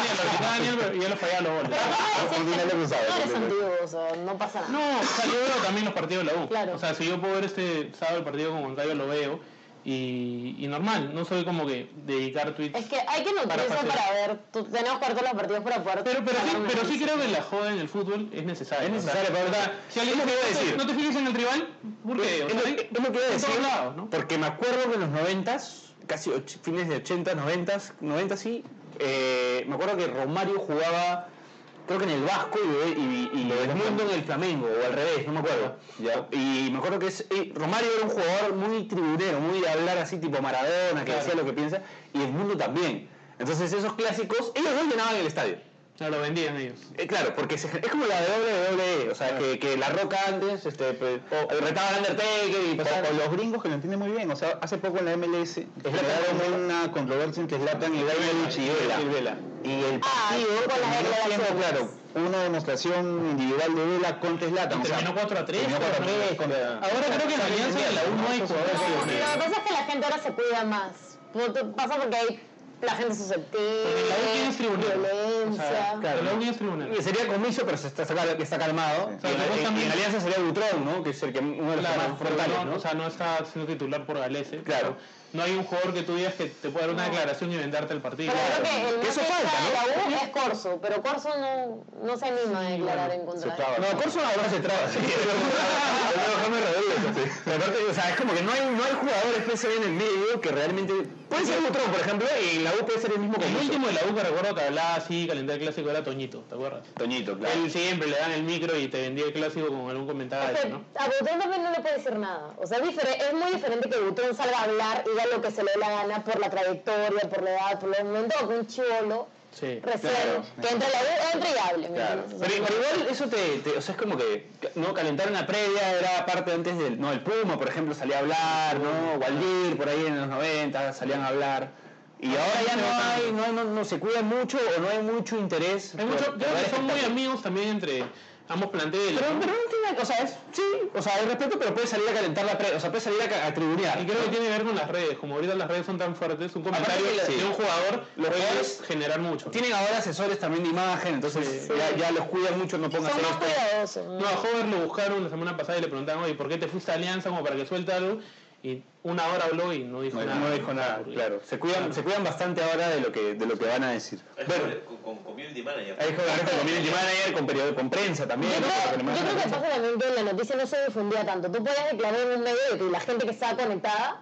habilitaba a Daniel, pero ya lo fallaba los goles.
Un dinero cruzado.
No eres antiguo, o sea, no pasa nada.
No, o sea, yo veo también los partidos de la U.
Claro.
O sea, si yo puedo ver este sábado el partido con Huancayo, lo veo. Y, y normal, no soy como que dedicar tweets.
Es que hay que nutrirse para,
pasear.
ver. tú- tenemos que ver todos los partidos para poder.
Pero, pero, sí,
sacar un
pero sí
análisis.
creo que la joda en el fútbol es necesaria.
Es necesaria,
O sea,
pero ahorita-
si alguien
es lo que iba a
no te-
decir.
No te fijes en el rival, ¿por qué? O
Es lo, es
sea,
lo que iba a
en
decir,
todos lados, ¿no?
porque me acuerdo que en los 90, casi och- fines de 80, 90, 90 sí, eh, me acuerdo que Romario jugaba, creo que en el Vasco y, y, y el Mundo en el Flamengo, o al revés, no me acuerdo. Y me acuerdo que es, y Romario era un jugador muy tribunero, muy de hablar así tipo Maradona, que decía lo que piensa, y el Mundo también. Entonces esos clásicos, ellos dos llenaban el estadio.
No, lo vendían ellos.
Eh, claro, porque se- es como la de WWE, o sea,
Ah.
que, que la roca antes, este, pues, retaba al Undertaker y pasaban...
O los gringos que lo entienden muy bien. O sea, hace poco en la MLS generaron una controversia entre Zlatan
Ah,
y Ibrahimovic y Vela. Y el partido
Ah, con las
terminó siendo,
declaraciones.
claro, una demostración individual de Vela contra Zlatan. O sea,
Terminó 4 a 3.
terminó 4-3 contra-
Ahora creo que en la alianza de la U no hay jugadores que
No,
lo
sí,
vean.
lo que pasa es que la gente ahora se cuida más. Puto- Pasa porque hay la gente susceptible,
Porque la U tienes tribunal. O
violencia.
sea,
claro.
La U tienes tribunal.
Sería comiso, pero se está, saca- que está calmado.
sea,
Y en-
luego
en-
también-
en Alianza sería Butrón, ¿no? Que es el que uno de los
Claro,
más
pero
frontales,
no,
¿no?
O sea, no está siendo titular por Galese.
Claro.
No hay un jugador que tú digas que te pueda dar una declaración y vendarte el partido.
Pero creo que el
Que
más
eso falta,
cerca de
¿no?
la U es Corso, pero Corso no, no se anima a declarar en contra. de él.
no, Corso ahora se traba, sí. Pero Jaime Rodríguez, sí. Pero aparte, o sea, es como que no hay, no hay jugadores PSV en el medio que realmente... Puede ser Butrón, por ejemplo, y la U puede ser el mismo
El
comiso.
último de la U que recuerdo que hablaba así, calentar el clásico, era Toñito, ¿te acuerdas?
Toñito,
Él siempre le dan el micro y te vendía el clásico con algún comentario,
Pero
¿no?
A Butrón también no le puede decir nada. O sea, es, difere- es muy diferente que Butrón salga a hablar y da lo que se le dé la gana por la trayectoria, por la edad, por el momento, que un chivolo
Sí.
recién, que entre la U, entre y hable. ¿me
Claro.
entiendes? O sea,
Pero, pero igual eso te, te- o sea, es como que, ¿no? Calentar una previa era parte antes del, no, el Puma, por ejemplo, salía a hablar, ¿no? Waldir, por ahí en los 90, salían a hablar. Y ahora ya no hay, no, no, no se cuida mucho o no hay mucho interés.
Hay mucho-
por-
creo
por-
que son muy amigos también entre ambos planteles.
Pero,
¿no?
pero no tiene, o sea, es, sí, o sea, hay respeto, pero puede salir a calentar la previa, o sea, puede salir a, ca- a tribunear.
Y creo que tiene que ver con las redes, como ahorita las redes son tan fuertes, un comentario
que la-
de un jugador
Los
puede
jugadores
generar mucho. ¿no?
Tienen ahora asesores también de imagen, entonces ya, ya los cuidan mucho, no pongan
son más
esto.
cuidadosos. ¿no?
No, a Hover lo buscaron la semana pasada y le preguntaron, oye, ¿por qué te fuiste a Alianza como para que suelte algo? Y una hora habló y no dijo
No,
nada.
no dijo nada,
Porque-
claro. Se cuidan, se cuidan bastante ahora de lo que, de lo que van a decir.
Hay
Bueno,
jugadores con, con community manager.
Ahí con con community manager, con periodo con prensa también.
Yo
¿no? Para que le
creo, yo
manden
creo que
la
pasa también que la noticia no se difundía tanto. Tú podías declarar en un medio y que la gente que estaba conectada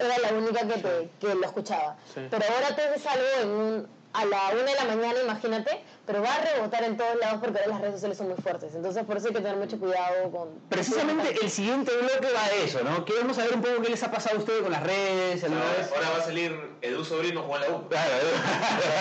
era la única que, te, que lo escuchaba.
Sí.
Pero ahora tú haces algo en un- a la una de la mañana, imagínate, pero va a rebotar en todos lados porque ahora las redes sociales son muy fuertes. Entonces por eso hay que tener mucho cuidado con...
Precisamente el siguiente bloque va de eso, ¿no? Queremos saber un poco qué les ha pasado a ustedes con las redes, el
Ahora, ahora va a salir Edu Sobrino jugando la U.
Claro,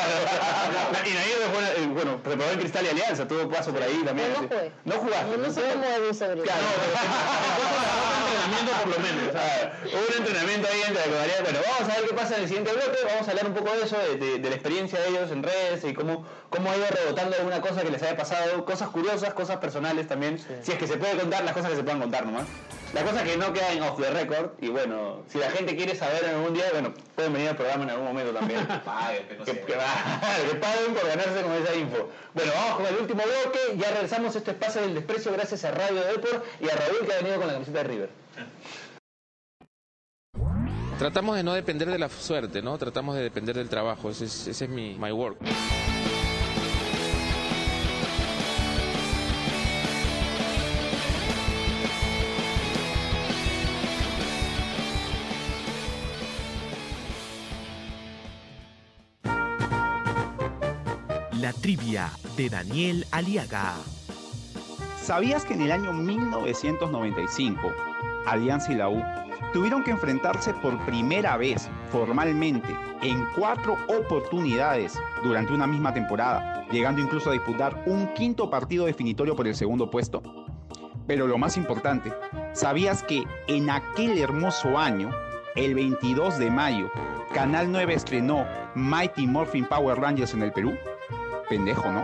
y nadie dejó, eh, bueno, reprobó el Cristal y Alianza, tuvo paso por ahí también.
Yo no
así.
jugué.
No jugaste.
Yo no sé cómo debo sobre
Claro, entrenamiento por lo menos. Hubo un entrenamiento ahí entre la comunidad. Bueno, vamos a ver qué pasa en el siguiente bloque. Vamos a hablar un poco de eso, de, de- de la experiencia de ellos en redes y cómo, cómo ha ido rebotando alguna cosa que les haya pasado, cosas curiosas, cosas personales también. Si es que se puede contar, las cosas que se puedan contar nomás. Las cosas que no quedan off the record. Y bueno, si la gente quiere saber en algún día, bueno, pueden venir al programa en algún momento también.
Pague, pero no
Que,
sé.
que va- que paguen por ganarse con esa info. Bueno, vamos con el último bloque. Ya regresamos a este espacio del desprecio gracias a Radio Depor y a Raúl que ha venido con la camiseta de River.
Tratamos de no depender de la suerte, ¿no? Tratamos de depender del trabajo. Ese es, ese es mi my work.
La trivia de Daniel Aliaga.
¿Sabías que en el año 1995, Alianza y la U tuvieron que enfrentarse por primera vez formalmente en cuatro oportunidades durante una misma temporada, llegando incluso a disputar un quinto partido definitorio por el segundo puesto? Pero lo más importante, ¿sabías que en aquel hermoso año, el 22 de mayo, Canal 9 estrenó Mighty Morphin Power Rangers en el Perú? Pendejo, ¿no?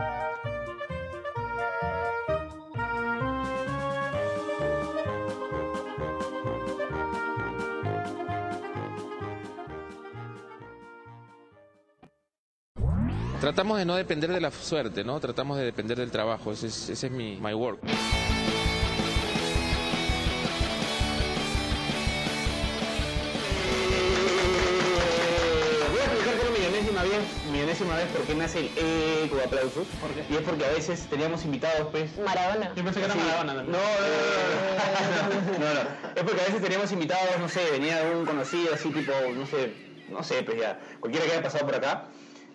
Tratamos de no depender de la suerte, ¿no? Tratamos de depender del trabajo. Ese es, ese es mi my work.
Eh, última vez por qué nace el eco aplausos. Y es porque a veces teníamos invitados, pues.
Maradona.
Yo pensé que era
Sí.
Maradona también.
No, no, no, no, no. No, no. Es porque a veces teníamos invitados, no sé, venía algún conocido así tipo, no sé, no sé, pues ya, cualquiera que haya pasado por acá.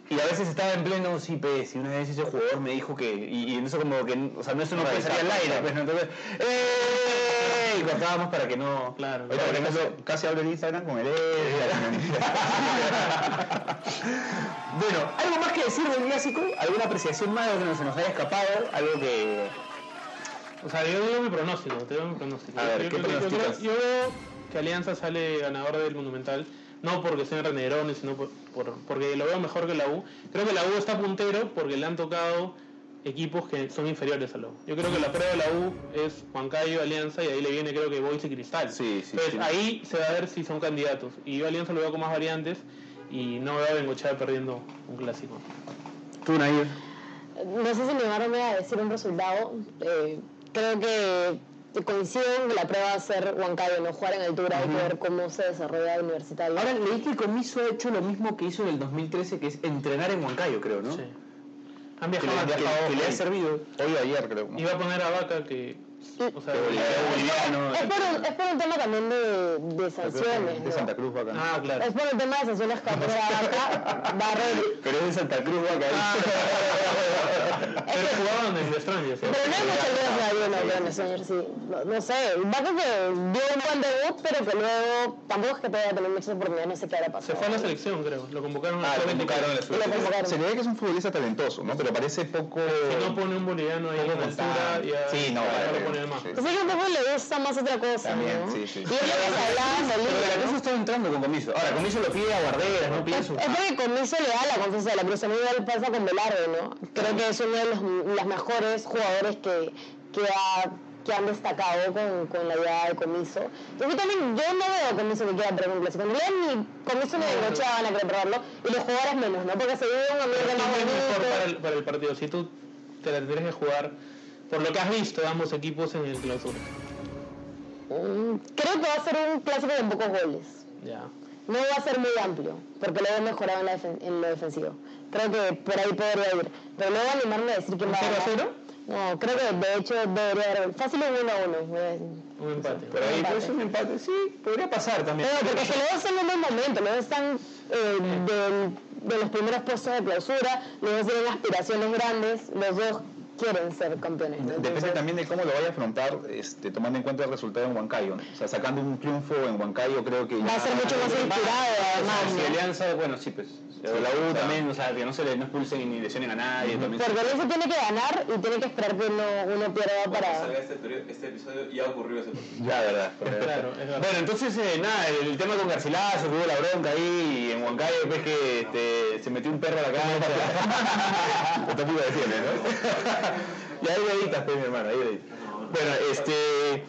Y a veces estaba en pleno, sí, pues, y una vez ese jugador me dijo que, y, y en eso como que, o sea, no, eso no puede salir al aire, pues, ¿no? Entonces, ¡eh! Y cortábamos para que no...
Claro.
Oye, por ejemplo,
Casi hablo en Instagram con el E.
bueno, ¿algo más que decir del clásico? ¿Alguna apreciación más de lo que se nos haya escapado? ¿Algo que...
O sea, yo digo mi pronóstico, te digo mi pronóstico.
A ver,
yo,
¿qué
yo- yo creo-
pronosticas?
yo veo que Alianza sale ganador del Monumental, no porque sean renegrones, sino por, por- porque lo veo mejor que la U. Creo que la U está puntero porque le han tocado equipos que son inferiores a la U. Yo creo que la prueba de la U es Huancayo, Alianza, y ahí le viene creo que Boys y Cristal.
Sí, sí,
Entonces
sí.
ahí se va a ver si son candidatos. Y yo a Alianza lo veo con más variantes y no veo a Bengochea perdiendo un clásico.
Tú, Nair.
No sé si mi hermano me va a decir un resultado. eh, creo que coincido en que la prueba va a ser Huancayo, no jugar en altura, hay que ver cómo se desarrolla el universitario.
Ahora leí que Comiso ha hecho lo mismo que hizo en el 2013, que es entrenar en Huancayo, creo, ¿no?
Sí. Han
Que,
viajado
le,
a
que- que le ha servido. Hoy o ayer, creo.
Iba a poner a Vaca que... O sea,
es, por un, es por un tema también de, de sanciones.
De
¿no?
Santa Cruz, bacán.
Ah, claro.
Es por el tema de sanciones que aprueba acá, va a re-
Pero es de Santa Cruz, bacán. Ah,
Pero jugaban en The Strangers. ¿eh?
Pero no es mucho el riesgo de uno, creo, en el señor, sí. No, no sé, Vaca que dio un buen debut, pero que luego tampoco es que pueda tener muchas oportunidades, no sé qué habrá
Se
pasado.
fue a la selección, creo. Lo convocaron a
Ah,
la
lo convocaron a la
Lo convocaron.
Se le ve que es un futbolista talentoso, ¿no? Pero parece poco...
Si no pone un boliviano ahí en la altura, ya,
Sí, no,
ya
vale.
lo pone el más.
Sí.
Entonces yo un poco le gusta más otra cosa,
También,
¿no?
sí, sí.
Y es lo que se hablaba en
Pero
Bolivia,
la
¿no?
cosa está entrando con Comiso. Ahora, Comiso lo pide a Guarderas, no pide a su... Ah,
Es porque Comiso le da la confianza de la cruz. A mí me pasa con Velarde, ¿no? Creo que es uno de los, los mejores jugadores que, que, ha, que han destacado con, con la llegada de Comiso. Yo también, yo no veo a Comiso que quiera perder un clásico. En realidad ni Comiso ni Bengochea van a querer perderlo. Y los jugadores menos, ¿no? Porque se vive un ambiente
Pero
más
¿quién es mejor para
bonito.
el, para el partido? Si tú te la tendrías que jugar, por lo que has visto de ambos equipos en el clausura.
Mm, Creo que va a ser un clásico con pocos goles.
Ya.
No va a ser muy amplio, porque lo he mejorado en, la defen- en lo defensivo. Creo que por ahí podría ir. Pero no voy a animarme a decir quién va a ganar.
0-0?
No, creo que de hecho debería haber. Fácil un 1-1, voy a decir.
Un empate.
Pero ahí
Empate.
pues un empate, sí, podría pasar también.
No, porque es que los dos son en un buen momento, los dos están eh, del- de los primeros puestos de clausura, los dos tienen aspiraciones grandes, los dos quieren ser campeones. ¿no?
Depende
Entonces,
también de cómo lo vaya a afrontar, este, tomando en cuenta el resultado en Huancayo. ¿no? O sea, sacando un triunfo en Huancayo creo que...
Va a
ya-
ser mucho más inspirado, además.
Si
¿no?
Alianza, bueno, sí, pues. la U
claro.
también, o sea, que no se le no expulsen ni lesionen a nadie. También
Porque Alianza tiene que ganar y tiene que esperar que uno, uno pierda
Cuando
para.
salga este, peri- este episodio ya ocurrió ese partido.
Ya, verdad.
Claro, es verdad.
Bueno, entonces, eh, nada, el, el tema con Garcilaso, que hubo la bronca ahí, y en Huancayo, ves que este, se metió un perro a la cara. Te tampoco defiende, ¿no? y ahí lo editas, pues, mi hermano, ahí lo editas. Bueno, este...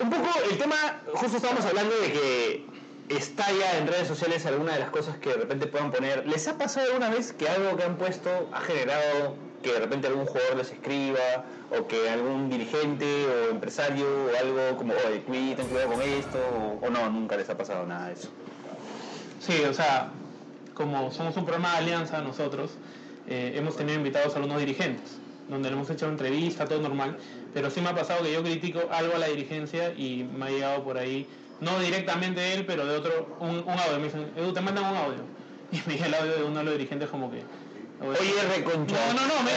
Un poco el tema, justo estábamos hablando de que estalla en redes sociales alguna de las cosas que de repente puedan poner. ¿Les ha pasado alguna vez que algo que han puesto ha generado que de repente algún jugador les escriba o que algún dirigente o empresario o algo como, oye, cuí, ten cuidado con esto o, o no, nunca les ha pasado nada de eso?
Sí, o sea, como somos un programa de alianza nosotros, eh, hemos tenido invitados a algunos dirigentes, donde le hemos hecho entrevista, todo normal, pero sí me ha pasado que yo critico algo a la dirigencia y me ha llegado por ahí, no directamente de él, pero de otro, un, un audio, me dicen, Edu, te mandan un audio. Y me llega el audio de uno de los dirigentes como que...
Oye, reconcha.
No, no, no, mira,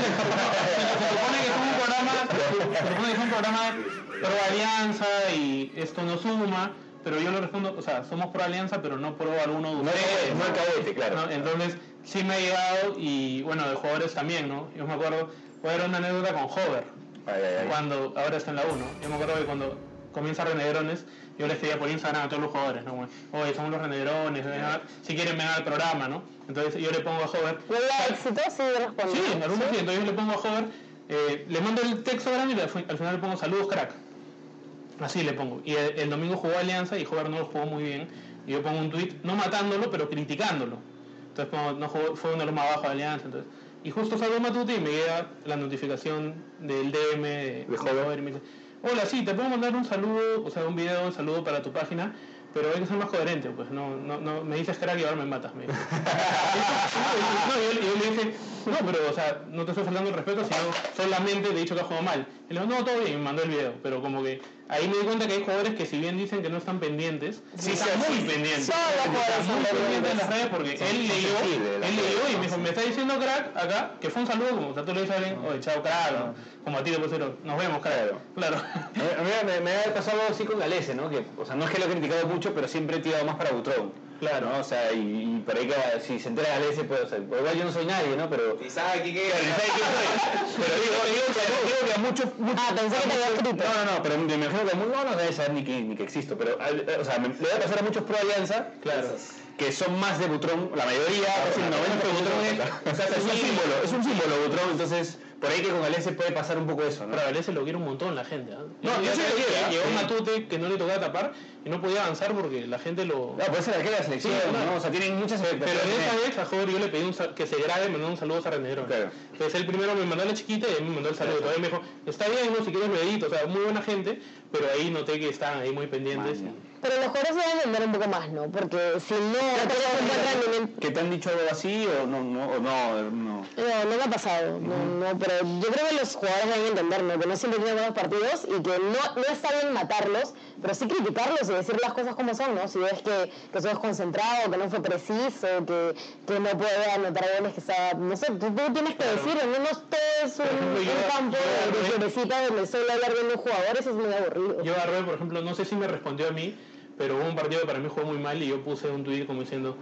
se supone que es un programa, se supone que es un programa pro alianza y esto no suma, pero yo le respondo, o sea, somos pro alianza, pero no pro alguno de
No,
ustedes.
no, no, cabete, claro.
¿no? Entonces, sí me ha llegado y bueno, de jugadores también, ¿no? Yo me acuerdo, voy a dar una anécdota con Hover,
Ay, ay, ay.
Eh, cuando ahora está en la 1. Yo me acuerdo que cuando comienza Renegrones, yo le escribía por Instagram a todos los jugadores, ¿no? Como, Oye, somos los Renegrones, ven a- si quieren vengan al programa, ¿no? Entonces yo le pongo a Hover,
¿Y ella exitosa y respondió?
Sí, en algún momento yo le pongo a Hover, eh, le mando el texto grande y le- al final le pongo saludos crack. Así le pongo. Y el, el domingo jugó Alianza y Hover no lo jugó muy bien. Y yo pongo un tweet, no matándolo, pero criticándolo. Entonces pongo, no jugó- fue uno de los más bajos de Alianza. Entonces. Y justo salgo Matute y me llega la notificación del DM de,
De Hover.
y me dice, hola, sí, te puedo mandar un saludo, o sea, un video, un saludo para tu página, pero hay que ser más coherente, pues no, no, no, me dices crack y ahora me matas. Me dijo. no, yo, yo le dije, no, pero, o sea, no te estoy faltando el respeto, sino solamente te he dicho que has jugado mal. Y le dijo, no, todo bien, y me mandó el video, pero como que ahí me di cuenta que hay jugadores que si bien dicen que no están pendientes, sí, están muy pendientes.
Todos los jugadores
Muy
son
pendientes de
pendientes.
las redes porque él leyó, él leyó y me dijo, me está diciendo crack acá, que fue un saludo, como o sea, tú le dices a alguien, oye, chao crack, o como a ti te pusieron, nos vemos crack. Claro.
A mí me, me ha pasado algo así con Galese, ¿no? Que, o sea, no es que lo he criticado mucho, pero siempre he tirado más para Butrón. Claro. O sea, y, y por ahí que si se entera Galese, pues, o sea, igual yo no soy nadie, ¿no? Pero...
Y sabe aquí que...
¿Sabes quién soy? Pero digo, digo que, digo que a muchos... muchos-
Ah, pensé que te había escrito.
No, no, no, pero me imagino que a muchos no nos debe saber ni que, ni que existo, pero, al- o sea, me, le va a pasar a muchos pro Alianza, claro, que son más de Butrón, la mayoría, casi el 90% de Butrón es, o sea, es un símbolo, es un símbolo Butrón, entonces, por ahí que con Galese puede pasar un poco eso, ¿no?
Pero a Galese lo quiere un montón la gente. ¿ah?
No, yo sí lo quiero, ¿ah?
Llegó
Sí.
Matute que no le tocaba tapar y no podía avanzar porque la gente lo...
Ah, puede ser aquella de la selección,
Sí, claro.
¿no? O sea, tienen muchas
Pero
expectativas.
en esa
Tienen-
vez a Joder yo le pedí un sal- que se grabe y mandó un saludo a Renegro.
Claro.
Entonces él primero me mandó a la chiquita y a mí me mandó el saludo. Todavía me dijo, está bien, no, si quieres lo edito. O sea, muy buena gente, pero ahí noté que estaban ahí muy pendientes.
Pero los jugadores se deben vender un poco más, ¿no? Porque si no, no te encuentran ningún
¿Que te han dicho algo así o no? no, o no, no.
No, no me ha pasado, no, no, pero yo creo que los jugadores deben entenderme, que no siempre tienen buenos partidos y que no, no está bien matarlos, pero sí criticarlos y decir las cosas como son, ¿no? Si ves que, que sos desconcentrado, que no fue preciso, que, que no puede anotar goles, que está, no sé, tú, tú tienes que decirlo, no, no todo es un,
ejemplo,
un
yo-
campo
yo-
de florecita donde solo hablar de un jugador, eso es muy aburrido.
Yo a Roy, por ejemplo, no sé si me respondió a mí, pero hubo un partido que para mí jugó muy mal y yo puse un tweet como diciendo,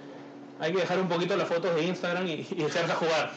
hay que dejar un poquito las fotos de Instagram y, y echarse a jugar.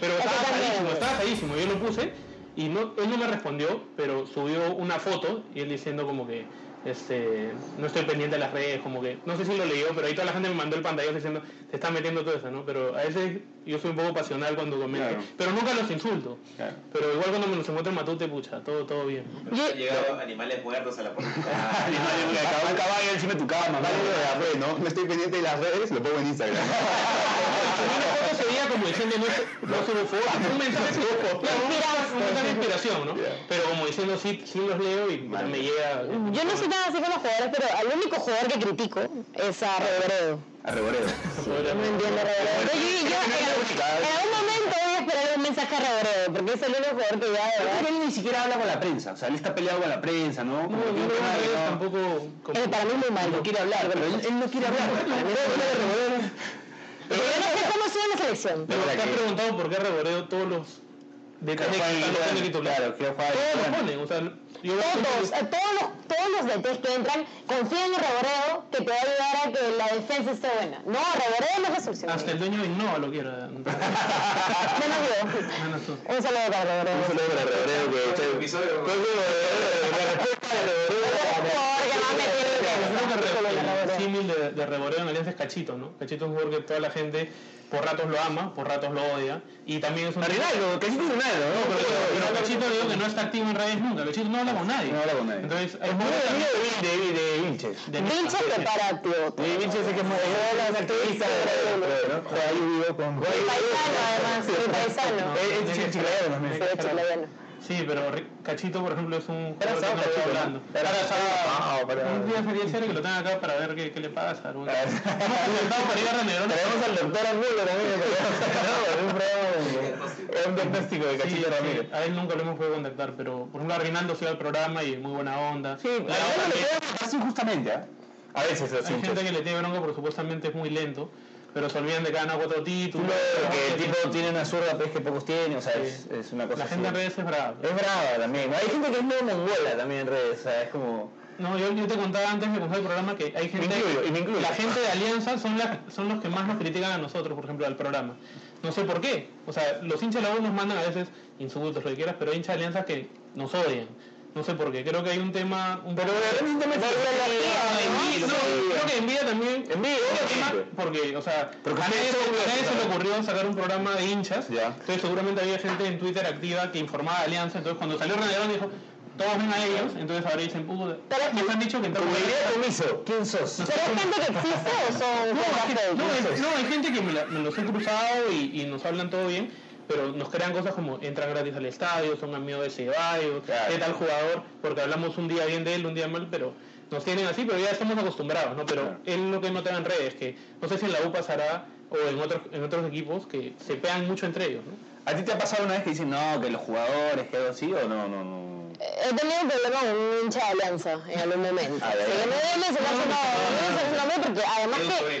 Pero estaba
Eso también.
jadísimo, estaba jadísimo. Yo lo puse y no, él no me respondió, pero subió una foto y él diciendo como que este, no estoy pendiente de las redes, como que no sé si lo leyó, pero ahí toda la gente me mandó el pantallazo diciendo, te estás metiendo todo eso, ¿no? Pero a veces yo soy un poco pasional cuando comento,
Claro.
pero nunca los insulto.
Claro.
Pero igual cuando me los encuentro en Matute, pucha, todo, todo bien.
Pero han llegado animales muertos a la puerta.
Un caballo encima de tu cama.
Dale lo de la red, ¿no? No estoy pendiente de las redes, lo pongo en Instagram.
una foto sería como diciendo no, se- no subo fotos, un mensaje subo fotos, claro, un- un mensaje de inspiración, ¿no? Pero como diciendo sí, sí los leo y me llega.
Yo no soy tan así con los jugadores, pero al único jugador que critico es a Robredo.
Arreboredo.
No entiendo a Robredo. Yo, yo, yo, en, en algún momento voy a esperar un mensaje a Robredo, porque es el único jugador que ya de verdad.
Pero él ni siquiera habla con la prensa, o sea, él está peleado con la prensa, ¿no?
No, yo no veo
Ah,
redes
no.
tampoco como-
Eh, para mí es muy malo.
No quiere hablar, pero él, él no quiere hablar.
Pero yo no sé cómo sube la selección.
Pero
verdad
te has
que-
preguntado por qué Reboredo todos los detalles que están los tiene que titular.
Claro, quiero jugar.
Todos los ponen, o sea, yo veo
Todos,
gente
eh, todos los, todos los DTs que entran confían en Robredo que te va a ayudar a que la defensa esté buena. No, Robredo no es la
que
solución.
hasta el dueño de Innova lo quiera.
Menos yo.
Menos tú.
Un saludo para Robredo.
Solo para Arreboredo, que usted-
episodio.
Porque más me tiene
El
que
símil de, de Reboredo en Alianza es Cachito, ¿no? Cachito es un jugador que toda la gente por ratos lo ama, por ratos lo odia. Y también es un.
Rinaldo, que es un Rinaldo, ¿no? Pero,
Pero Cachito digo que no está activo en redes nunca. Cachito no habla con nadie.
No habla con nadie.
Entonces, hay
Muy
jugadores también
de, de, de, de Vilches.
de
Vinche que para activo.
Sí, Vilches es que es muy... Es activista. Juega Yu-Gi-Oh con...
Paisano, además, mi paisano.
Es
Sí,
chiclayano también.
Soy chiclayano.
Sí, pero Ri- Cachito, por ejemplo, es un
Era
jugador que no
Sao,
está
pero-
hablando.
Era Sao.
Un día sería serio que lo tenga acá para ver qué, qué le pasa. algo. Hemos intentado para ir a Renegrón.
Traemos al doctor Angulo también. ¿no? Un programa de- Es un diagnóstico de
Sí,
Cachito
sí,
Ramírez.
a él nunca lo hemos podido contactar, pero por ejemplo, a Rinaldo sí va al programa y muy buena onda.
Sí,
Le
la
da
verdad
también-
le puede pasar injustamente, ¿ah? A veces los
Hay
hinchas.
gente que le tiene bronca porque supuestamente es muy lento, pero se olvidan de que gana cuatro títulos.
Claro, que
que
el tipo tiene una zurda pues, que pocos tienen, o sea, es, es una cosa
La gente
así.
en redes es brava. pues.
Es brava también. Hay gente que es medio mongola también en redes, o sea, es como...
No, yo, yo te contaba antes de comenzar el programa que hay gente.
Me incluyo, y me incluyo.
La gente de Alianza son, las- son los que más nos critican a nosotros, por ejemplo, al programa. No sé por qué. O sea, los hinchas de la U nos mandan a veces insultos, lo que quieras, pero hay hinchas de Alianza que nos odian. No sé por qué. Creo que hay un tema. Un pero Creo que envidia también.
Envidia,
Creo que más-
obviamente.
Porque, o sea,
Porque
a nadie,
ustedes son
a nadie se
los-
le ocurrió sacar un programa de hinchas.
Ya.
Entonces, seguramente había gente en Twitter activa que informaba de Alianza. Entonces, cuando salió Renegrón, dijo. Todos ven a ellos, entonces ahora dicen, puta, nos han dicho que entramos
Como
en
idea comiso, ¿quién sos?
¿Pero es gente que existe o son
no,
cuentas
hay-
fake?
no, hay- no, hay gente que me, la- me los he cruzado y, y nos hablan todo bien, pero nos crean cosas como entran gratis al estadio, son amigos de Ceballos,
Claro.
de tal jugador, porque hablamos un día bien de él, un día mal, pero nos tienen así, pero ya estamos acostumbrados, ¿no? Pero
Claro.
es lo que notan en redes, que no sé si en la U pasará o en otros, en otros equipos que se pegan mucho entre ellos, ¿no?
¿A ti te ha pasado una vez que dicen, no, que los jugadores, que algo así, o no, no, no?
He tenido un problema con un hincha de alianza en algún momento.
A ver.
Si no me mencionaste no, no me mencionaste no, porque además que.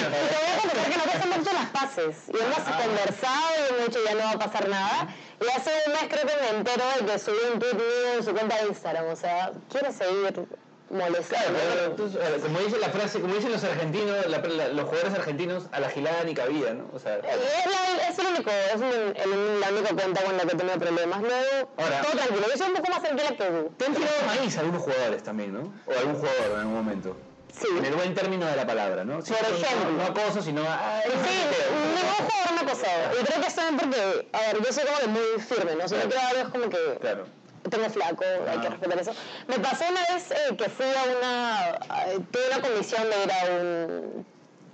Y te voy a confesar que no te hacen mucho las paces. Y hemos
Ah.
conversado y hemos dicho ya no va a pasar nada. Y hace un mes creo que me entero de que subió un tweet mío en su cuenta de Instagram. O sea, quiere seguir molestando.
Entonces, a ver, como dice la frase, como dicen los argentinos, la- la- los jugadores argentinos, a la gilada ni cabida, ¿no? O sea,
Y es, la- es el único, es un- el- la única cuenta con la que he tenido problemas. Luego,
Ahora-
todo tranquilo. Yo soy un poco más tranquila que tú.
te han tirado maíz algunos jugadores también, ¿no? O algún jugador en algún momento.
Sí.
En el buen término de la palabra, ¿no? Sí,
Por
no-
ejemplo.
No, no acoso, sino... ay,
Sí,
no te
ningún
veo.
jugador me ha acosado. Y creo que es también porque, a ver, yo soy como que muy firme, ¿no? Si no
Claro.
quiero algo es como que
Claro.
tengo flaco, hay que respetar eso. Me pasó una vez eh, que fui a una, a- tuve una comisión de ir a un,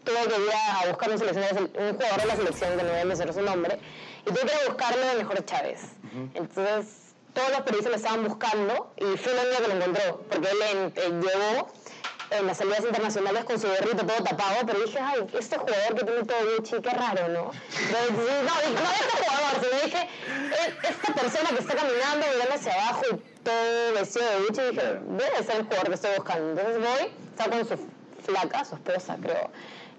tuve que ir a, a buscar un, seleccionado de sele- un jugador de la selección que no voy a mencionar su nombre, y tuve que ir a buscarlo en el Jorge Chávez. Entonces, todos los periodistas lo estaban buscando y fue la única que lo encontró, porque él en- eh, llegó en las salidas internacionales con su gorrito todo tapado, pero dije, ay, este jugador que tiene todo Gucci, qué raro, ¿no? Entonces, sí, no, y no este jugador, sino dije, "E- esta persona que está caminando mirando hacia abajo y todo vestido de Gucci, dije, debe ser el jugador que estoy buscando. Entonces voy, saco con su flaca, su esposa, pues, creo.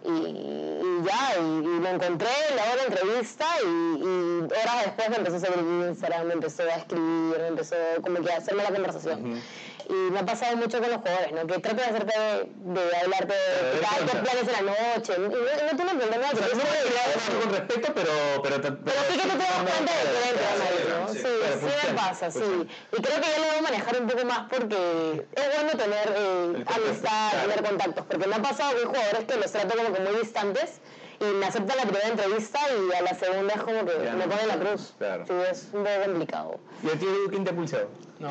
Y, y ya, y, y lo encontré en la hora de entrevista y, y horas después me empezó a seguir en Instagram, me empezó a escribir, me empezó como que a hacerme la conversación. Y me ha pasado mucho con los jugadores, ¿no? Que trato de hacerte, de, de hablarte de
doy
cada- qué
cuenta.
planes en la noche. Y no, no tiene problema de
Pero no me quería con respeto, pero... Pero, te-
pero sí que tú te das cuenta de
Claro,
que dentro
claro,
hay, ¿no?
sí,
Sí,
claro,
sí me
funciona,
pasa, sí.
funciona.
Y creo que ya lo voy a manejar un poco más porque es bueno tener eh,
contacto,
amistad,
claro.
tener contactos. Porque me ha pasado que hay jugadores que los trato como que muy distantes y me aceptan la primera entrevista y a la segunda es como que
Ya
me
no.
ponen la cruz.
Claro.
Sí, es un poco complicado.
¿Y a ti quién te ha pulsado?
No,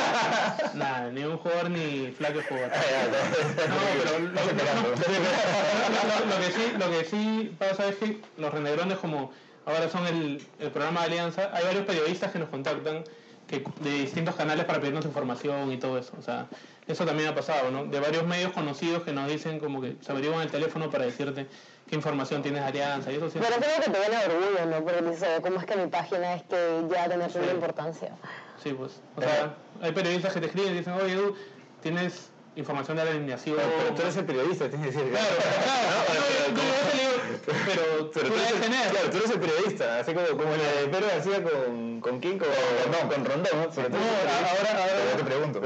nada, ni un jugador ni flaco jugador.
No,
pero lo- lo, lo que sí, lo que sí pasa es que los renegrones como ahora son el, el programa de Alianza, hay varios periodistas que nos contactan que, de distintos canales para pedirnos información y todo eso. O sea, eso también ha pasado, ¿no? De varios medios conocidos que nos dicen como que se averiguan el teléfono para decirte qué información tienes de Alianza y eso sí.
Pero creo que te viene orgullo, ¿no? Porque dices, ¿cómo es que mi página es que ya tiene tanta importancia?
Sí, pues. O
Eh.
sea, hay periodistas que te escriben y dicen, oye, Edu, tienes información de la alineación.
Pero tú eres el periodista, tienes que decir...
Claro,
¿no?
claro, no, yo- yo te digo, pero
Pero
tú
tú,
la
eres,
debes tener.
claro, tú eres el periodista, así como, como la de Pedro García con, con quién, con, Rondón. Con Rondón, ¿no? Pero tú eres el periodista. Pero yo te pregunto.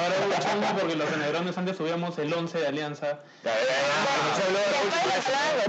Ahora hubo chamba porque los renegrones antes subíamos el 11 de Alianza. No, pero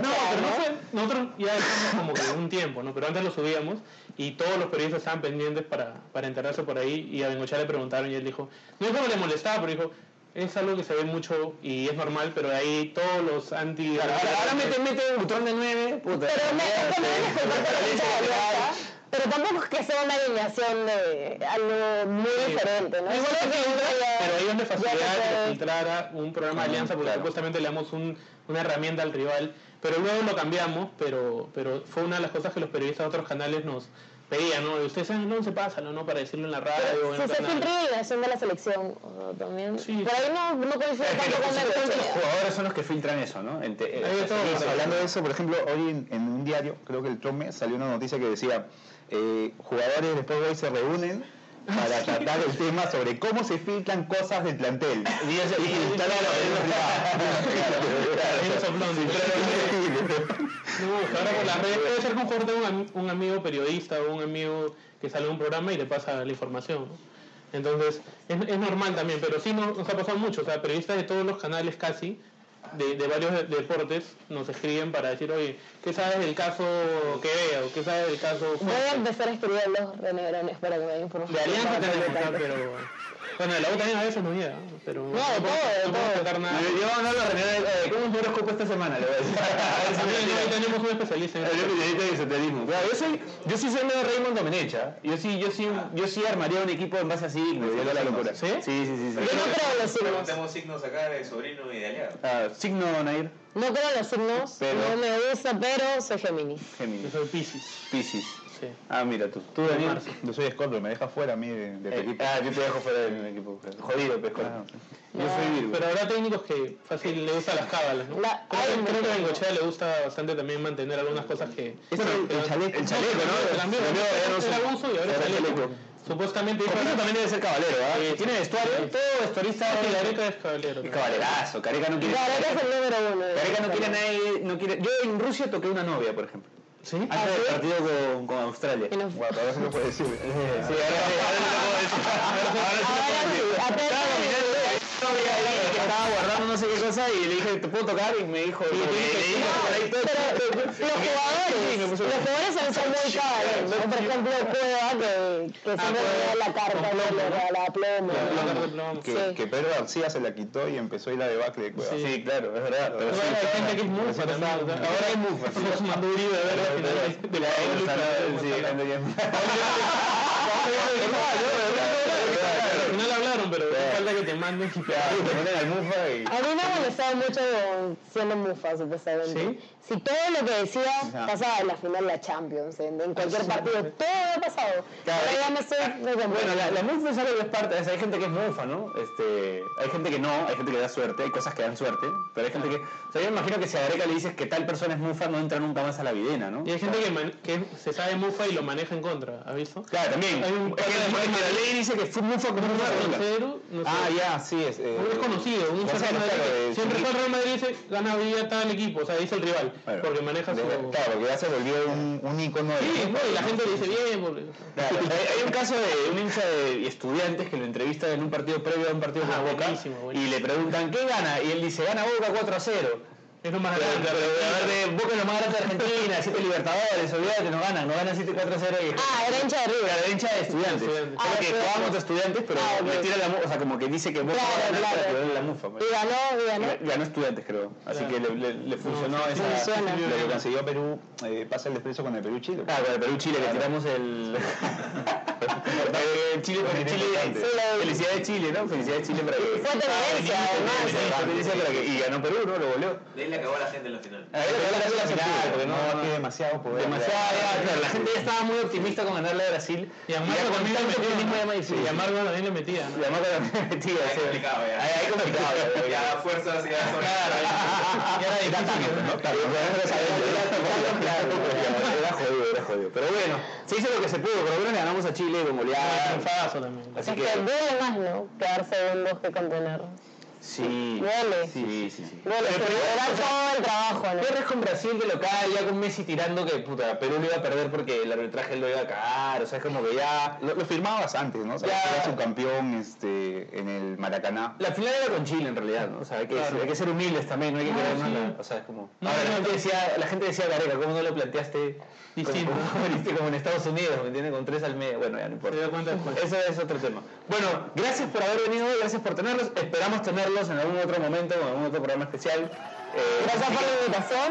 no fue, nosotros ya estamos como que un tiempo, ¿no? Pero antes lo subíamos y todos los periodistas estaban pendientes para, para enterarse por ahí y a Bengochea le preguntaron y él dijo, no dijo que le molestaba, pero dijo, es algo que se ve mucho y es normal, pero de ahí todos los anti...
Ahora mete, mete un botón de 9, puta.
Pero me también disculpar por el hincha de Alianza, pero tampoco es que sea una alineación de algo muy diferente, ¿no? Igual que
Pero ahí donde facilidad
Ya
que
se-
filtrara un programa de alianza, porque supuestamente le damos un- una herramienta al rival, pero luego lo cambiamos, pero, pero fue una de las cosas que los periodistas de otros canales nos pedían, ¿no? Y ustedes saben, no se pásalo, ¿no? Para decirlo en la radio, en
Si
el
se
canal.
filtra la alineación de la selección, o también.
Sí.
Por ahí no, no coincide tanto con la
Los
cultura.
jugadores son los que filtran eso, ¿no? Ente- eh,
Hay de
eso,
todo, pero-
hablando
Hablando de eso, por ejemplo, hoy en, en un diario, creo que el Trome, salió una noticia que decía, eh, jugadores después de hoy se reúnen para tratar el tema sobre cómo se filtran cosas del plantel.
Y eso- y- y-
Claro,
Ellos son blondes. No, que ahora por las redes puede ser que un jugador tenga un, am- un amigo periodista o un amigo que sale a un programa y le pasa la información. ¿no? Entonces, es, es normal también, pero sí nos, nos ha pasado mucho. O sea, periodistas de todos los canales casi, de, de varios de- deportes, nos escriben para decir, oye, ¿qué sabes del caso que veo? ¿Qué sabes del caso
Voy a empezar a escribir los renegrones para que me den información.
de Alianza?
Para
tenemos,
comentar.
¿no? pero... Bueno, de la U también a veces nos llega, ¿no? pero...
de todo, de
puedo
todo.
contar nada.
Yo no lo ¿Cómo mi horóscopo esta semana, le voy a decir. A ver si me
También hoy
tira.
tenemos un especialista en
Yo soy periodista de esoterismo. Claro, yo soy, yo sí soy medio Raymond Domenech, ¿ah? Yo sí, yo sí, yo sí armaría un equipo en base a signos. Yo la locura.
¿Sí?
Sí, sí, sí. sí.
Yo no creo en los signos.
Preguntamos signos acá de sobrino y de aliado.
Ah, signo Nair,
No creo en los signos.
Pero-
No me gusta, pero soy Géminis.
Yo
Géminis,
soy Pisces.
Piscis.
Sí.
Ah, mira tú. Tú Daniel.
Marzo.
Yo soy Scorpio, me deja fuera a mí de, de tu
Eh,
equipo.
ah, yo te dejo fuera de mi equipo. Jodido, pesco. Yo soy Virgo.
Pero habrá técnicos que fácil le gustan las cábalas, ¿no?
La-
creo,
hay
que- creo que a
mucho.
Bengochea le gusta bastante también mantener algunas cosas que...
Este, el, el chaleco, el chaleco, ¿no?
Se cambió,
Se cambió, ya no
antes
se-
era buzo y ahora es
ahora es
chaleco.
chaleco.
Supuestamente... dijo-
Copino también debe ser caballero, ¿ah?
Sí, sí.
Tiene vestuario,
Sí.
todo vestuarista.
Ah, sí,
es-
la areca es caballero.
es Cabalerazo, Careca no quiere.
Claro, ese es el número uno.
Careca no quiere a nadie, no quiere. Yo en Rusia toqué una novia, por ejemplo.
¿Sí?
Antes del Ah, partido con, con Australia.
Y no-
Guapa, ahora sí lo puedo decir. Sí, ahora sí, ahora sí lo puedo decir.
Ahora
Ahora sí
sí,
lo puedo decir.
atento.
Estaba mirando una novia ahí que estaba guardando no sé qué cosa y le dije, ¿te puedo tocar? Y me dijo, le dije, por ahí todo.
Los jugadores, los jugadores suelen ser muy caros. ¿no? Por ejemplo, Cueva, que,
Ah,
que siempre
pues,
le da la carta, no le regala plomo.
La carta de plomo.
Que,
Sí.
que Pedro García se la quitó y empezó a ir a debacle de Cueva.
Sí, claro, es verdad. pero sí,
Ahora hay gente que es
claro,
mufa
claro,
también,
claro.
¿verdad?
Ahora hay mufa. sí.
Somos Manduri, de verdad, al final de- de la lucha, ¿no?
Sí,
Al
gente que es mufa. Claro, claro.
final hablaron, pero falta que te manden.
Te ponen al mufa y-
A mí me ha molestado mucho con- siendo mufa, supuestamente. Si todo lo que decía pasaba en la final de la Champions, en, en cualquier partido, todo ha pasado.
Claro. Ah,
Pero ya me estoy...
Bueno, la, la mufa es algo que es parte, o sea, hay gente que es mufa, ¿no? Este, hay gente que no, hay gente que da suerte, hay cosas que dan suerte, pero hay gente que, o sea, yo me imagino que si a Gareca le dices que tal persona es mufa, no entra nunca más a la videna, ¿no?
Y hay gente que, man- que se sabe mufa y lo maneja en contra, ¿has visto?
Claro, también.
Hay un-
Es que, es que la ley dice que fue mufa como mufa
Un
nunca.
cero, no sé.
Ah, ya, sí, es. eh,
Un desconocido, un
Gonzalo,
cercano de-
claro, de-
Siempre fue el Real Madrid dice, gana vida tal equipo, o sea, dice el rival,
Claro.
porque maneja su...
De- Claro, que ya se volvió un, un ícono de...
Sí, no, y la gente le dice bien, porque...
Claro, hay, hay un caso de un hincha de estudiantes que lo entrevistan en un partido previo a un partido con
Ah,
Boca
buenísimo, buenísimo.
y le preguntan ¿qué gana? y él dice gana Boca 4 a 0
Es lo más
pero,
grande.
pero, a ver, de- Boca es lo más grande de Argentina 7 Libertadores olvídate no ganan no ganan 7 4 0 y
Ah, era hincha de River.
Claro, era hincha de estudiantes Creo
Estudiantes.
Ah,
que
estudiantes.
jugamos de estudiantes pero
Ah, ok.
le tira la mu- o sea como que dice que Boca
Claro,
va a ganar para
claro.
tirarle la mufa pues.
Y ganó, y ganó.
Ga- ganó estudiantes creo así
Claro.
que le, le- le funcionó esa
funciona.
Lo que consiguió Perú, eh, pasa el desprecio con el pues, Perú-Chile.
Ah, con el Perú-Chile, que tiramos el... Eh, el Chile con el Chile.
Importante.
Felicidades Chile, ¿no? Felicidades Chile para que...
Fue tendencia, además.
Fue tendencia para que... Y ganó Perú, ¿no? Lo goleó.
De ahí le acabó a la gente en la final.
Ah, pero la gente la aceptó, porque
no,
no-
es que demasiado poder.
Demasiado, ya, claro, la gente ya estaba muy optimista con ganarle a Brasil.
Y a Marco también le metía.
difícil.
Y a Marco también le metía, ¿no?
Y a Marco también metía.
Ahí
sí.
complicado, ya.
Ahí ahí complicado. ya,
Ya
ya.
da fuerzas y
Y
da
era difícil, ¿no? Claro, Era jodido, era jodido. Pero bueno, se hizo lo que se pudo. Pero bueno, le ganamos a Chile con goleada.
Triunfazo también.
Así
Es
que...
que duele más, ¿no? Quedar segundos que contener.
Sí.
Duele.
Sí, sí, sí.
Duele, pero era todo el trabajo, ¿no?
Pierres con Brasil de local, ya con Messi tirando que puta, Perú lo iba a perder porque el arbitraje lo iba a cagar, o sea, es como que ya...
Lo, lo firmabas antes, ¿no? O sea,
Ya.
era su campeón este, en el Maracaná.
La final era con Chile en realidad, ¿no? O sea, hay que, hay que ser humildes también,
Ah,
no hay que querer
sí.
nada. O sea, es como...
No,
Ahora, la,
no,
gente decía, la gente decía, Gareca, ¿cómo no lo planteaste
Distinto.
Como, como- viste, como en Estados Unidos, ¿me entiendes? Con tres al medio, bueno, ya no
Se da
importa.
cuenta después.
Eso es otro tema. Bueno, gracias por haber venido hoy, gracias por tenerlos. Esperamos tenerlos en algún otro momento, en algún otro programa especial. Eh,
Gracias por la invitación.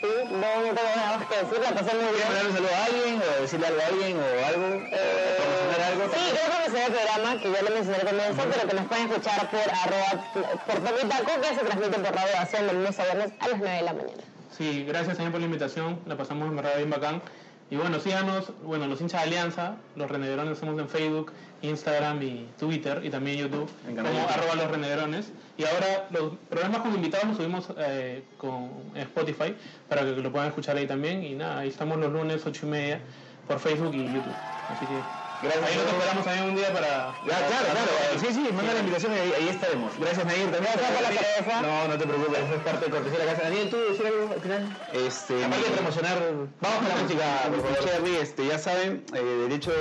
Sí, no, no tengo nada más que decir, la pasé muy bien.
¿Quieres mandar un saludo a alguien o decirle algo a alguien o algo?
Eh,
¿Promocionar algo?
Sí, quiero promocionar el programa que ya lo mencioné al comienzo, pero que nos pueden escuchar por arroba, por Toque Taco, que se transmite por Radio Acción de lunes a viernes a las 9 de la mañana.
Sí, gracias también por la invitación, la pasamos en verdad bien bacán. Y bueno, síganos, bueno, los hinchas de Alianza, los renderones somos en Facebook, Instagram y Twitter y también YouTube,
canal
como
YouTube.
arroba los renderones. Y ahora los programas con invitados los subimos eh, con en Spotify para que lo puedan escuchar ahí también. Y nada, ahí estamos los lunes 8 y media por Facebook y YouTube. Así que
Gracias.
ahí nos esperamos también un día para...
Ya, claro, claro. eh, Sí, sí, manda la invitación y ahí, ahí estaremos. Gracias, Nair. También por la cabeza. No, no te preocupes, eso es parte de cortesía de la casa. Daniel, ¿tú decir algo al final?
Este,
Aparte de promocionar... Vamos con la música, por favor.
Cherry, este, ya saben, eh, Derecho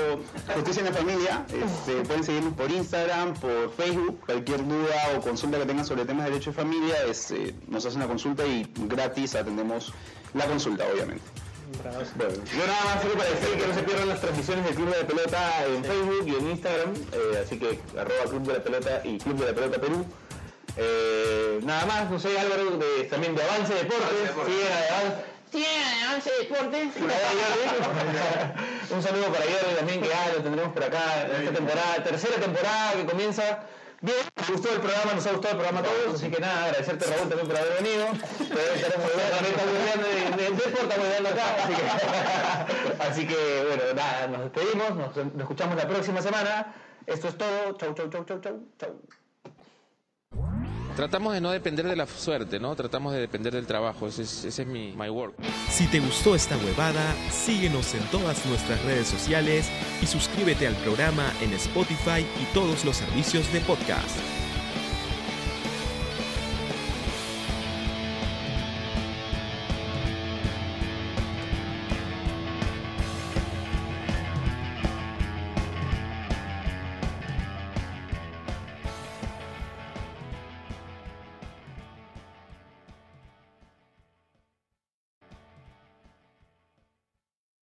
Justicia en la Familia, este, pueden seguirnos por Instagram, por Facebook, cualquier duda o consulta que tengan sobre temas de derecho de familia, es,
este,
eh, nos hacen una consulta y gratis atendemos la consulta, obviamente. Bueno,
Yo nada más solo para decir que no se pierdan las transmisiones del Club de la Pelota en Facebook y en Instagram, eh, así que arroba Club de la Pelota y Club de la Pelota Perú. Eh, nada más, no sé, Álvaro, de- también de Avance
Avance
Deportes.
Deportes.
Sigue Avance.
Avance Deportes.
Por ahí, Jordi. Un saludo para Jordi también, que ya lo tendremos por acá en esta temporada, tercera temporada que comienza. Bien, nos gustó el programa, nos ha gustado el programa a todos, así que nada, agradecerte Raúl también por haber venido. Pero estaremos volviendo, también estamos volviendo en el deporte, estamos volviendo acá, así que, así que bueno, nada, nos despedimos, nos, nos escuchamos la próxima semana. Esto es todo, chau, chau, chau, chau, chau, chau.
Tratamos de no depender de la suerte, ¿no? Tratamos de depender del trabajo. Ese es, ese es mi my work.
Si te gustó esta huevada, síguenos en todas nuestras redes sociales y suscríbete al programa en Spotify y todos los servicios de podcast.